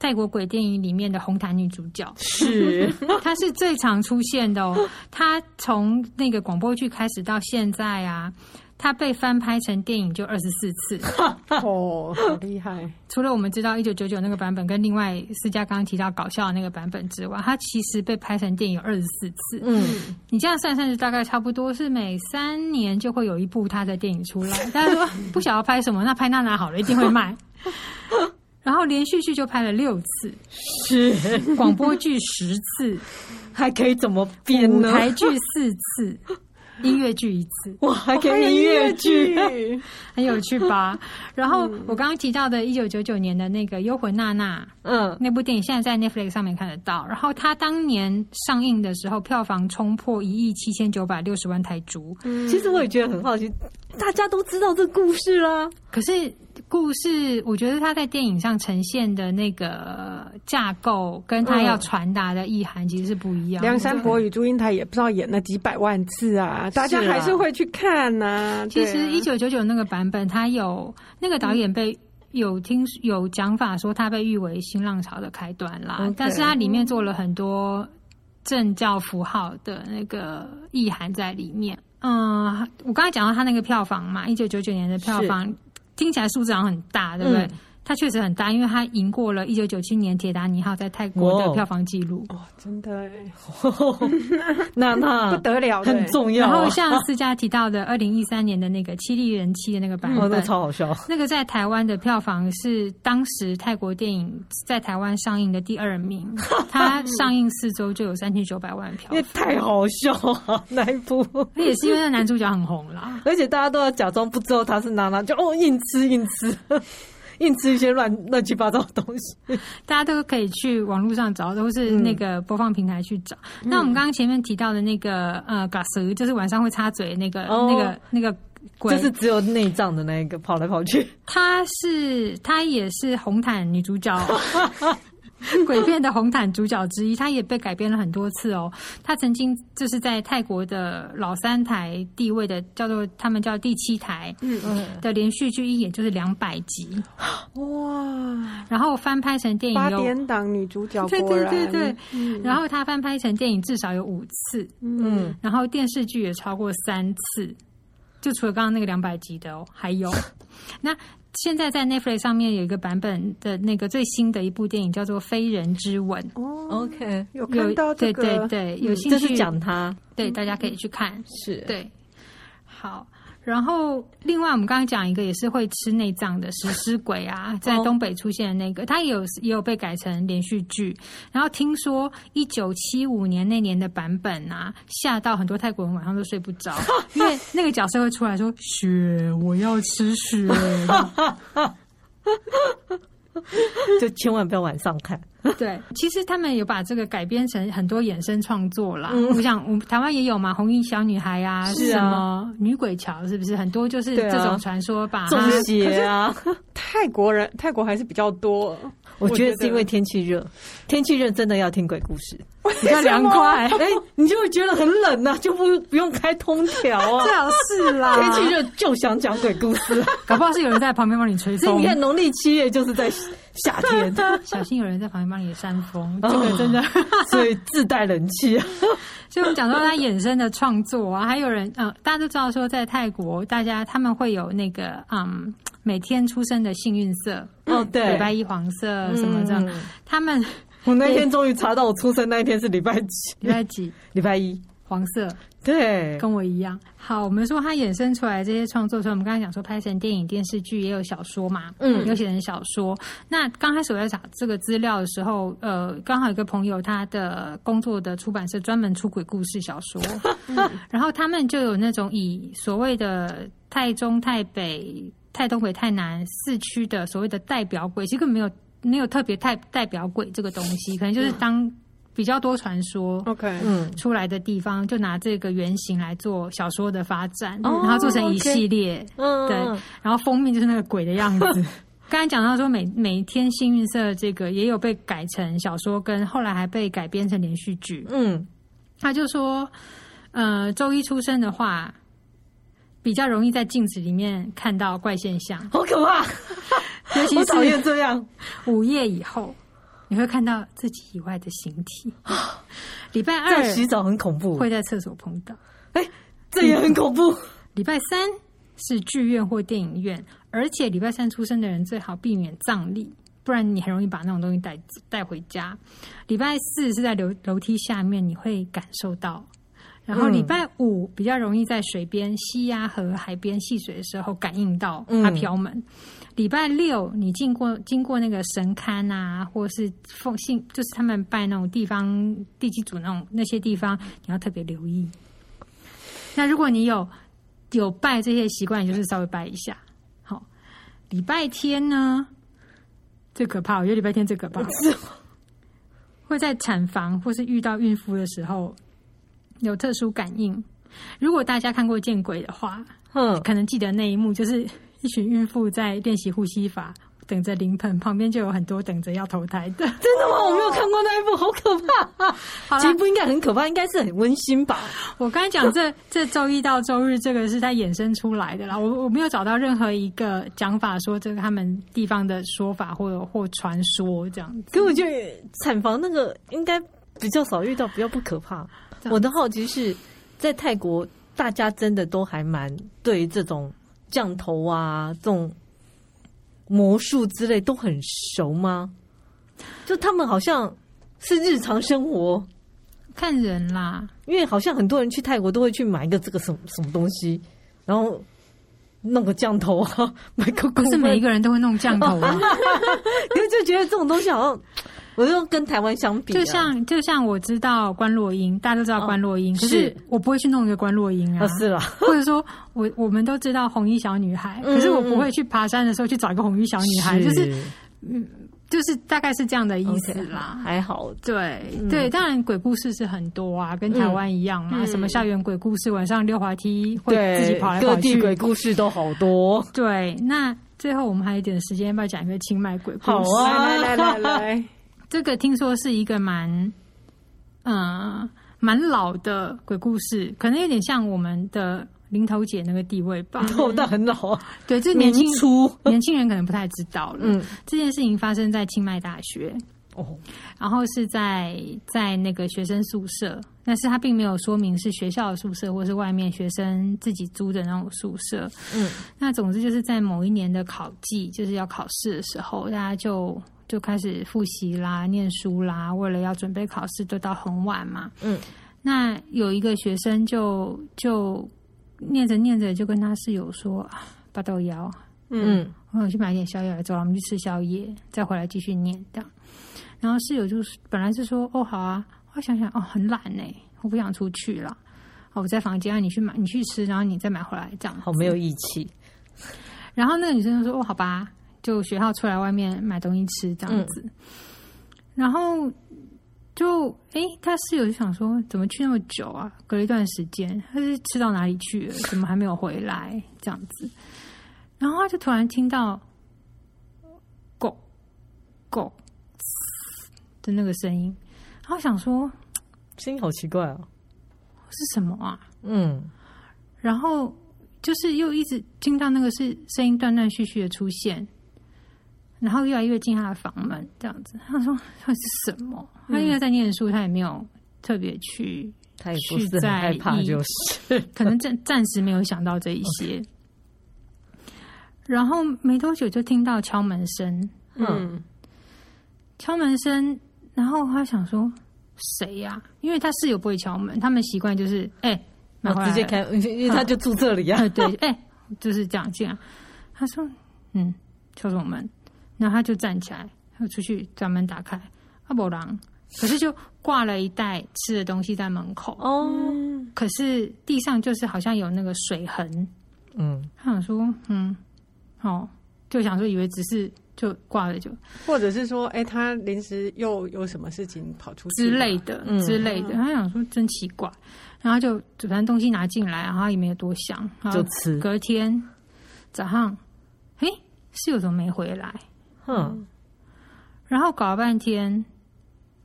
S1: 泰国鬼电影里面的红毯女主角。
S3: 是，
S1: 它是最常出现的哦。它从那个广播剧开始到现在啊，它被翻拍成电影就二十四次。
S2: 哦，好厉害，
S1: 除了我们知道一九九九那个版本跟另外思佳刚刚提到搞笑的那个版本之外，它其实被拍成电影有二十四次。
S3: 嗯，
S1: 你这样算算，就大概差不多是每三年就会有一部他的电影出来。大家说不想要拍什么，那拍娜娜好了，一定会卖。然后连续剧就拍了六次，
S3: 是，
S1: 广播剧十次，
S3: 还可以怎么编
S1: 舞
S3: 呢？
S1: 台剧四次，音乐剧一次，
S3: 哇，还可以音乐剧，
S1: 很有趣吧？然后
S2: 嗯
S1: 我刚刚提到的，一九九九年的那个《幽魂娜娜》
S3: 嗯，
S1: 那部电影，现在在 Netflix 上面看得到。然后它当年上映的时候，票房冲破一亿七千九百六十万台铢。
S2: 嗯
S3: 其实我也觉得很好奇，大家都知道这故事 啦，
S1: 可是故事，我觉得它在电影上呈现的那个架构，跟它要传达的意涵其实是不一样的。
S2: 嗯梁山伯与祝英台也不知道演了几百万次啊，大家
S3: 是啊
S2: 还是会去看呐、
S1: 其
S2: 对啊
S1: 实一九九九那个版本，它有那个导演
S3: 嗯
S1: 被、有听有讲法说，它被誉为新浪潮的开端啦。
S3: OK
S1: 但是它里面做了很多政教符号的那个意涵在里面。嗯，我刚才讲到它那个票房嘛，一九九九年的票房听起来数字好像很大，对不对？
S3: 嗯
S1: 它确实很大，因为它赢过了一九九七年《铁达尼号》在泰国的
S3: 哇
S1: 票房记录。
S2: 哦，真的哎，
S3: 那那
S2: 不得了的欸，
S3: 很重要
S1: 然
S3: 啊，
S1: 后像思佳提到的，二零一三年的那个《七力人妻》的那个版
S3: 哦，
S1: 本，
S3: 那超好笑，
S1: 那个在台湾的票房是当时泰国电影在台湾上映的第二 名，它上映四周就有三千九百万票
S3: 因为
S1: 房，
S3: 太好笑了那一部，
S1: 那也是因为那男主角很红 啦。
S3: 而且大家都要假装不知道他是娜娜，就哦硬吃硬吃， 硬吃一些乱乱七八糟的东西。
S1: 大家都可以去网络上找，都
S3: 嗯
S1: 是那个播放平台去找。那我们刚刚前面提到的那个呃嘎蛇，就是晚上会插嘴那个、
S3: 哦
S1: 那个那个鬼，
S3: 就是只有内脏的那一个跑来跑去，
S1: 她是她也是红毯女主 角。鬼片的红毯主角之一，她也被改编了很多次哦。她曾经就是在泰国的老三台地位的，叫做他们叫第七台
S3: 嗯，
S1: 的连续剧，一演就是两百集，
S2: 哇，
S1: 然后翻拍成电
S2: 八
S1: 影有，
S2: 点档女主角
S1: 对
S2: 果
S1: 对
S2: 然，
S1: 对对，
S2: 嗯
S1: 然后她翻拍成电影至少有五次，
S2: 嗯，
S1: 然后电视剧也超过三次，就除了刚刚那个两百集的哦，还 有那。现在在 Netflix 上面有一个版本的那个最新的一部电影叫做《非人之吻》，
S2: 哦，
S3: ，OK，
S2: 有看
S1: 有
S2: 到
S1: 对
S2: 这个，嗯
S1: 对对，有兴
S3: 嗯这
S1: 趣
S3: 是讲他
S1: 对，大家可以去看。
S3: 是，
S1: 对，好。然后，另外我们刚刚讲一个也是会吃内脏的食尸鬼啊，在
S3: 哦
S1: 东北出现的那个，它也有也有被改成连续剧。然后听说一九七五年那年的版本啊，吓到很多泰国人晚上都睡不 着，因为那个角色会出来说：“雪，我要吃 雪。
S3: 就千万不要晚上看，”
S1: 对，其实他们有把这个改编成很多衍生创作啦。我想，我们台湾也有嘛，《红衣小女孩》啊，
S3: 嗯是啊
S1: 什么女鬼桥，是不是很多就是
S3: 对啊
S1: 这种传说把它
S3: 中 邪啊！
S2: 泰国人泰国还是比较多，我
S3: 我觉
S2: 觉
S3: 得
S2: 得
S3: 是因为 天气热，天气热真的要听鬼故事，
S1: 比较凉快，
S3: 哎，你就会觉得很冷呐、就不不用开空调 啊。
S1: 最好是啦。
S3: 天气热就想讲鬼故 事，
S1: 搞不好是有人在旁边帮你吹
S3: 所以
S1: 风
S3: 你，看农历七月就是在夏 天，
S1: 小心有人在旁边帮你扇风，
S3: 哦
S1: 这个真的。
S3: 所以自带冷气啊。
S1: 所以我们讲到它衍生的创作啊，还有人呃，大家都知道说在泰国，大家他们会有那个嗯，每天出生的幸运色，
S3: 哦， 对
S1: 礼，拜一黄色什么这样，
S3: 嗯
S1: 他们
S3: 我那天终于查到我出生那一天是礼拜几，
S1: 礼拜几
S3: 礼拜一。
S1: 黄色。
S3: 对，
S1: 跟我一样。好，我们说它衍生出来这些创作，所以我们刚才讲说拍成电影、电视剧，也有小说嘛，
S3: 嗯
S1: 有写成小说。那刚开始我在找这个资料的时候，呃，刚好有一个朋友，他的工作的出版社专门出鬼故事小 说，
S3: 嗯
S1: 然后他们就有那种以所谓的泰中、泰北、泰东北、泰南四区的所谓的代表鬼，其实根本没有没有特别代代表鬼这个东西，可能就是当比较多传说，
S2: ，OK，
S3: 嗯，
S1: 出来的地方，就拿这个原型来做小说的发展，
S3: 哦
S1: 然后做成一系列
S3: 嗯
S1: 对，然后封面就是那个鬼的样 子。刚才讲到说每每天幸运色这个也有被改成小说，跟后来还被改编成连续剧。
S3: 嗯，
S1: 他就说，呃，周一出生的话，比较容易在镜子里面看到怪现象，
S3: 好可怕，
S1: 尤其
S3: 我讨
S1: 是
S3: 厌这样。
S1: 午夜以后，你会看到自己以外的形 体。礼拜二
S3: 在洗澡很恐怖
S1: 会，在厕所碰到。
S3: 哎，这也很恐怖。
S1: 礼拜三是剧院或电影院，而且礼拜三出生的人最好避免葬礼，不然你很容易把那种东西带带回家。礼拜四是在楼楼梯下面，你会感受到。然后
S3: 嗯
S1: 礼拜五比较容易在水边、溪呀、河、海边戏水的时候感应到它飘门。礼拜六你经过经过那个神龛啊，或是奉信，就是他们拜那种地方地基主那种那些地方，你要特别留意。那如果你有有拜这些习惯，你就是稍微拜一下。好，礼拜天呢，最可怕，我觉得礼拜天最可怕，会在产房或是遇到孕妇的时候有特殊感应。如果大家看过《见鬼》的话，
S3: 嗯，
S1: 可能记得那一幕，就是一群孕妇在练习呼吸法，等着临盆，旁边就有很多等着要投胎的。
S3: 真的吗？我没有看过那一部，好可怕、
S1: 好
S3: 其实
S1: 了，
S3: 不应该很可怕，应该是很温馨吧？
S1: 我刚才讲这这周一到周日，这个是它衍生出来的啦。我我没有找到任何一个讲法说这个他们地方的说法或或传说这样子。
S3: 可我觉得产房那个应该比较少遇到，比较不可怕。
S1: 啊
S3: 我的好奇是在泰国，大家真的都还蛮对于这种降头啊、这种魔术之类都很熟吗？就他们好像是日常生活，
S1: 看人啦，
S3: 因为好像很多人去泰国都会去买一个这个什么什么东西，然后弄个降头啊， 买个
S1: 不是每一
S3: 个，
S1: 个人都会弄降头 啊。
S3: 因为就觉得这种东西好像，我就跟台湾相比啊、
S1: 就像就像我知道关洛英，大家都知道关洛英，
S3: 哦
S1: 可是
S3: 是
S1: 我不会去弄一个关洛英啊，
S3: 啊是啦，
S1: 或者说我我们都知道红衣小女孩，
S3: 嗯
S1: 可是我不会去爬山的时候去找一个红衣小女孩，就是就是大概是这样的意思
S3: OK，
S1: 啦。
S3: 还好，
S1: 对、
S3: 嗯
S1: 对，当然鬼故事是很多啊，跟台湾一样嘛，啊
S2: 嗯
S1: 什么校园鬼故事，晚上溜滑梯会
S3: 对，
S1: 自己跑来
S3: 各
S1: 跑
S3: 地
S1: 去。
S3: 鬼故事都好多。
S1: 对，那最后我们还有一点时间，要不要讲一个清迈鬼故事？
S3: 好啊
S2: 来来来来，
S1: 这个听说是一个蛮，嗯、蛮老的鬼故事，可能有点像我们的林头姐那个地位吧。
S3: 我倒很老啊，
S1: 对，这嗯年轻
S3: 嗯民初，
S1: 年轻人可能不太知道了。
S3: 嗯，
S1: 这件事情发生在清迈大学，
S3: 哦，
S1: 然后是在在那个学生宿舍，但是他并没有说明是学校的宿舍或是外面学生自己租的那种宿舍。
S3: 嗯，
S1: 那总之就是在某一年的考季，就是要考试的时候，大家就就开始复习啦、念书啦，为了要准备考试，都到很晚嘛。
S3: 嗯，
S1: 那有一个学生就就念着念着就跟他室友说：“啊，八豆腰，
S2: 嗯
S3: 嗯，
S1: 我哦想去买点宵夜来走，我们去吃宵夜，再回来继续念这样。然后室友就是本来是说哦好啊，我想想哦很懒呢、我不想出去了。哦，我在房间，啊，你去买，你去吃，然后你再买回来这样。
S3: 好没有义气，
S1: 然后那个女生就说哦好吧，就学校出来外面买东西吃这样子。然后就诶，他室友就想说怎么去那么久啊？隔了一段时间，他是吃到哪里去了？怎么还没有回来？这样子。然后他就突然听到狗狗的那个声音，然后想说
S3: 声音好奇怪哦。
S1: 是什么啊？
S3: 嗯，
S1: 然后就是又一直听到那个是声音断断续续的出现，然后越来越近他的房门，这样子。 他说他是什么？
S3: 嗯
S1: 他应该在念书，他也没有特别去，
S3: 他也不是很害怕，就是
S1: 可能暂暂时没有想到这一些。然后没多久就听到敲门声，
S2: 嗯
S1: 敲门声，然后他想说谁呀、因为他室友不会敲门，他们习惯就是哎、买
S3: 我
S1: 回来
S3: 哦直接
S1: 了
S3: 开， 因为他就住这里啊。
S1: 啊，对，哎、就是这样这样。他说，嗯，敲什么门？然后他就站起来，他就出去把门打开，阿伯郎，可是就挂了一袋吃的东西在门口，
S3: 哦，
S2: 嗯
S1: 可是地上就是好像有那个水痕。
S3: 嗯，
S1: 他想说，嗯，哦，就想说以为只是就挂了就
S2: 或者是说，哎，他临时又有什么事情跑出去
S1: 之类的、
S3: 嗯
S1: 之类的。他想说真奇怪，然后就就反正东西拿进来，然后他也没有多想，然后
S3: 就吃，
S1: 隔天早上，诶，室友怎么没回来？
S3: 哼，
S1: 然后搞了半天，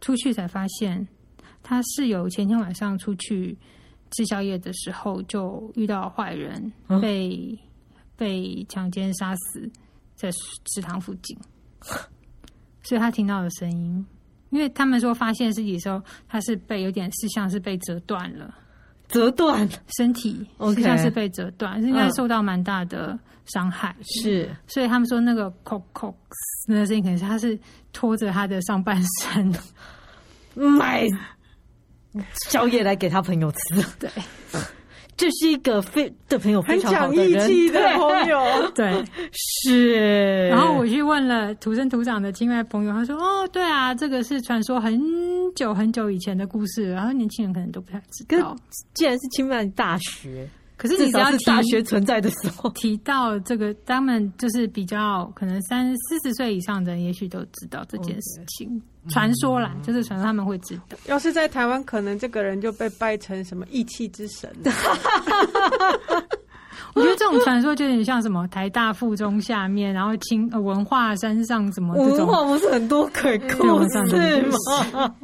S1: 出去才发现他室友前天晚上出去吃宵夜的时候就遇到坏人，
S3: 嗯
S1: 被被强奸杀死在食堂附 近，所以他听到的声音。因为他们说发现尸体的时候，他是被有点是像是被折断了，
S3: 折断
S1: 身体
S3: OK
S1: 是像是被折断，是应该受到蛮大的伤害。
S3: 是
S1: 所以他们说那个 “cock cock” 那个声音，可能是他是拖着他的上半 身，
S3: 买宵夜来给他朋友吃。
S1: 对
S3: 这是一个非对朋友非
S2: 很
S3: 常好
S2: 讲
S3: 的
S2: 义
S3: 人，
S2: 气的朋友，
S1: 对。
S3: 是。
S1: 然后我去问了土生土长的境外朋友，他说：“哦，对啊，这个是传说很久很久以前的故事，然后年轻人可能都不太知道。
S3: 既然是清迈大学，
S1: 可是你只
S3: 至少
S1: 要
S3: 是
S1: 提
S3: 大学存在的时候，
S1: 提到这个，他们就是比较可能三四十岁以上的人，也许都知道这件事情。传说啦，就是传说他们会知道。
S2: 要是在台湾，可能这个人就被拜成什么义气之神了。
S1: 我觉得这种传说就有点像什么台大附中下面，然后清呃文化山上什么这
S3: 文
S1: 种。
S3: 化不是很多鬼故事吗？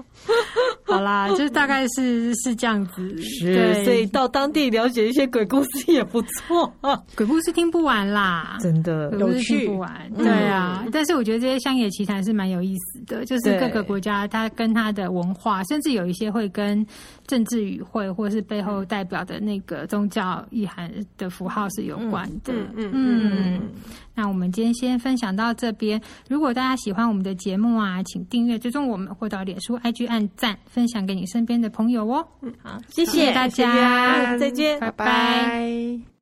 S1: 好啦，就是大概是是这样子。
S3: 是，
S1: 对
S3: 所以到当地了解一些鬼故事也不错，
S1: 鬼故事听不完啦。
S3: 真的
S1: 鬼
S2: 有
S1: 故事
S2: 趣
S1: 听不完，对啊，但是我觉得这些乡野奇谈是蛮有意思的，就是
S3: 对
S1: 各个国家它跟它的文化，甚至有一些会跟政治语汇或是背后代表的那个宗教意涵的符号是有关的。
S2: 嗯嗯
S1: 嗯，那我们今天先分享到这边。如果大家喜欢我们的节目啊，请订阅、追踪我们，或到脸书、IG 按赞，分享给你身边的朋友哦。
S3: 好，谢
S1: 谢谢大家
S3: 再见。
S2: 拜
S1: 拜拜
S2: 拜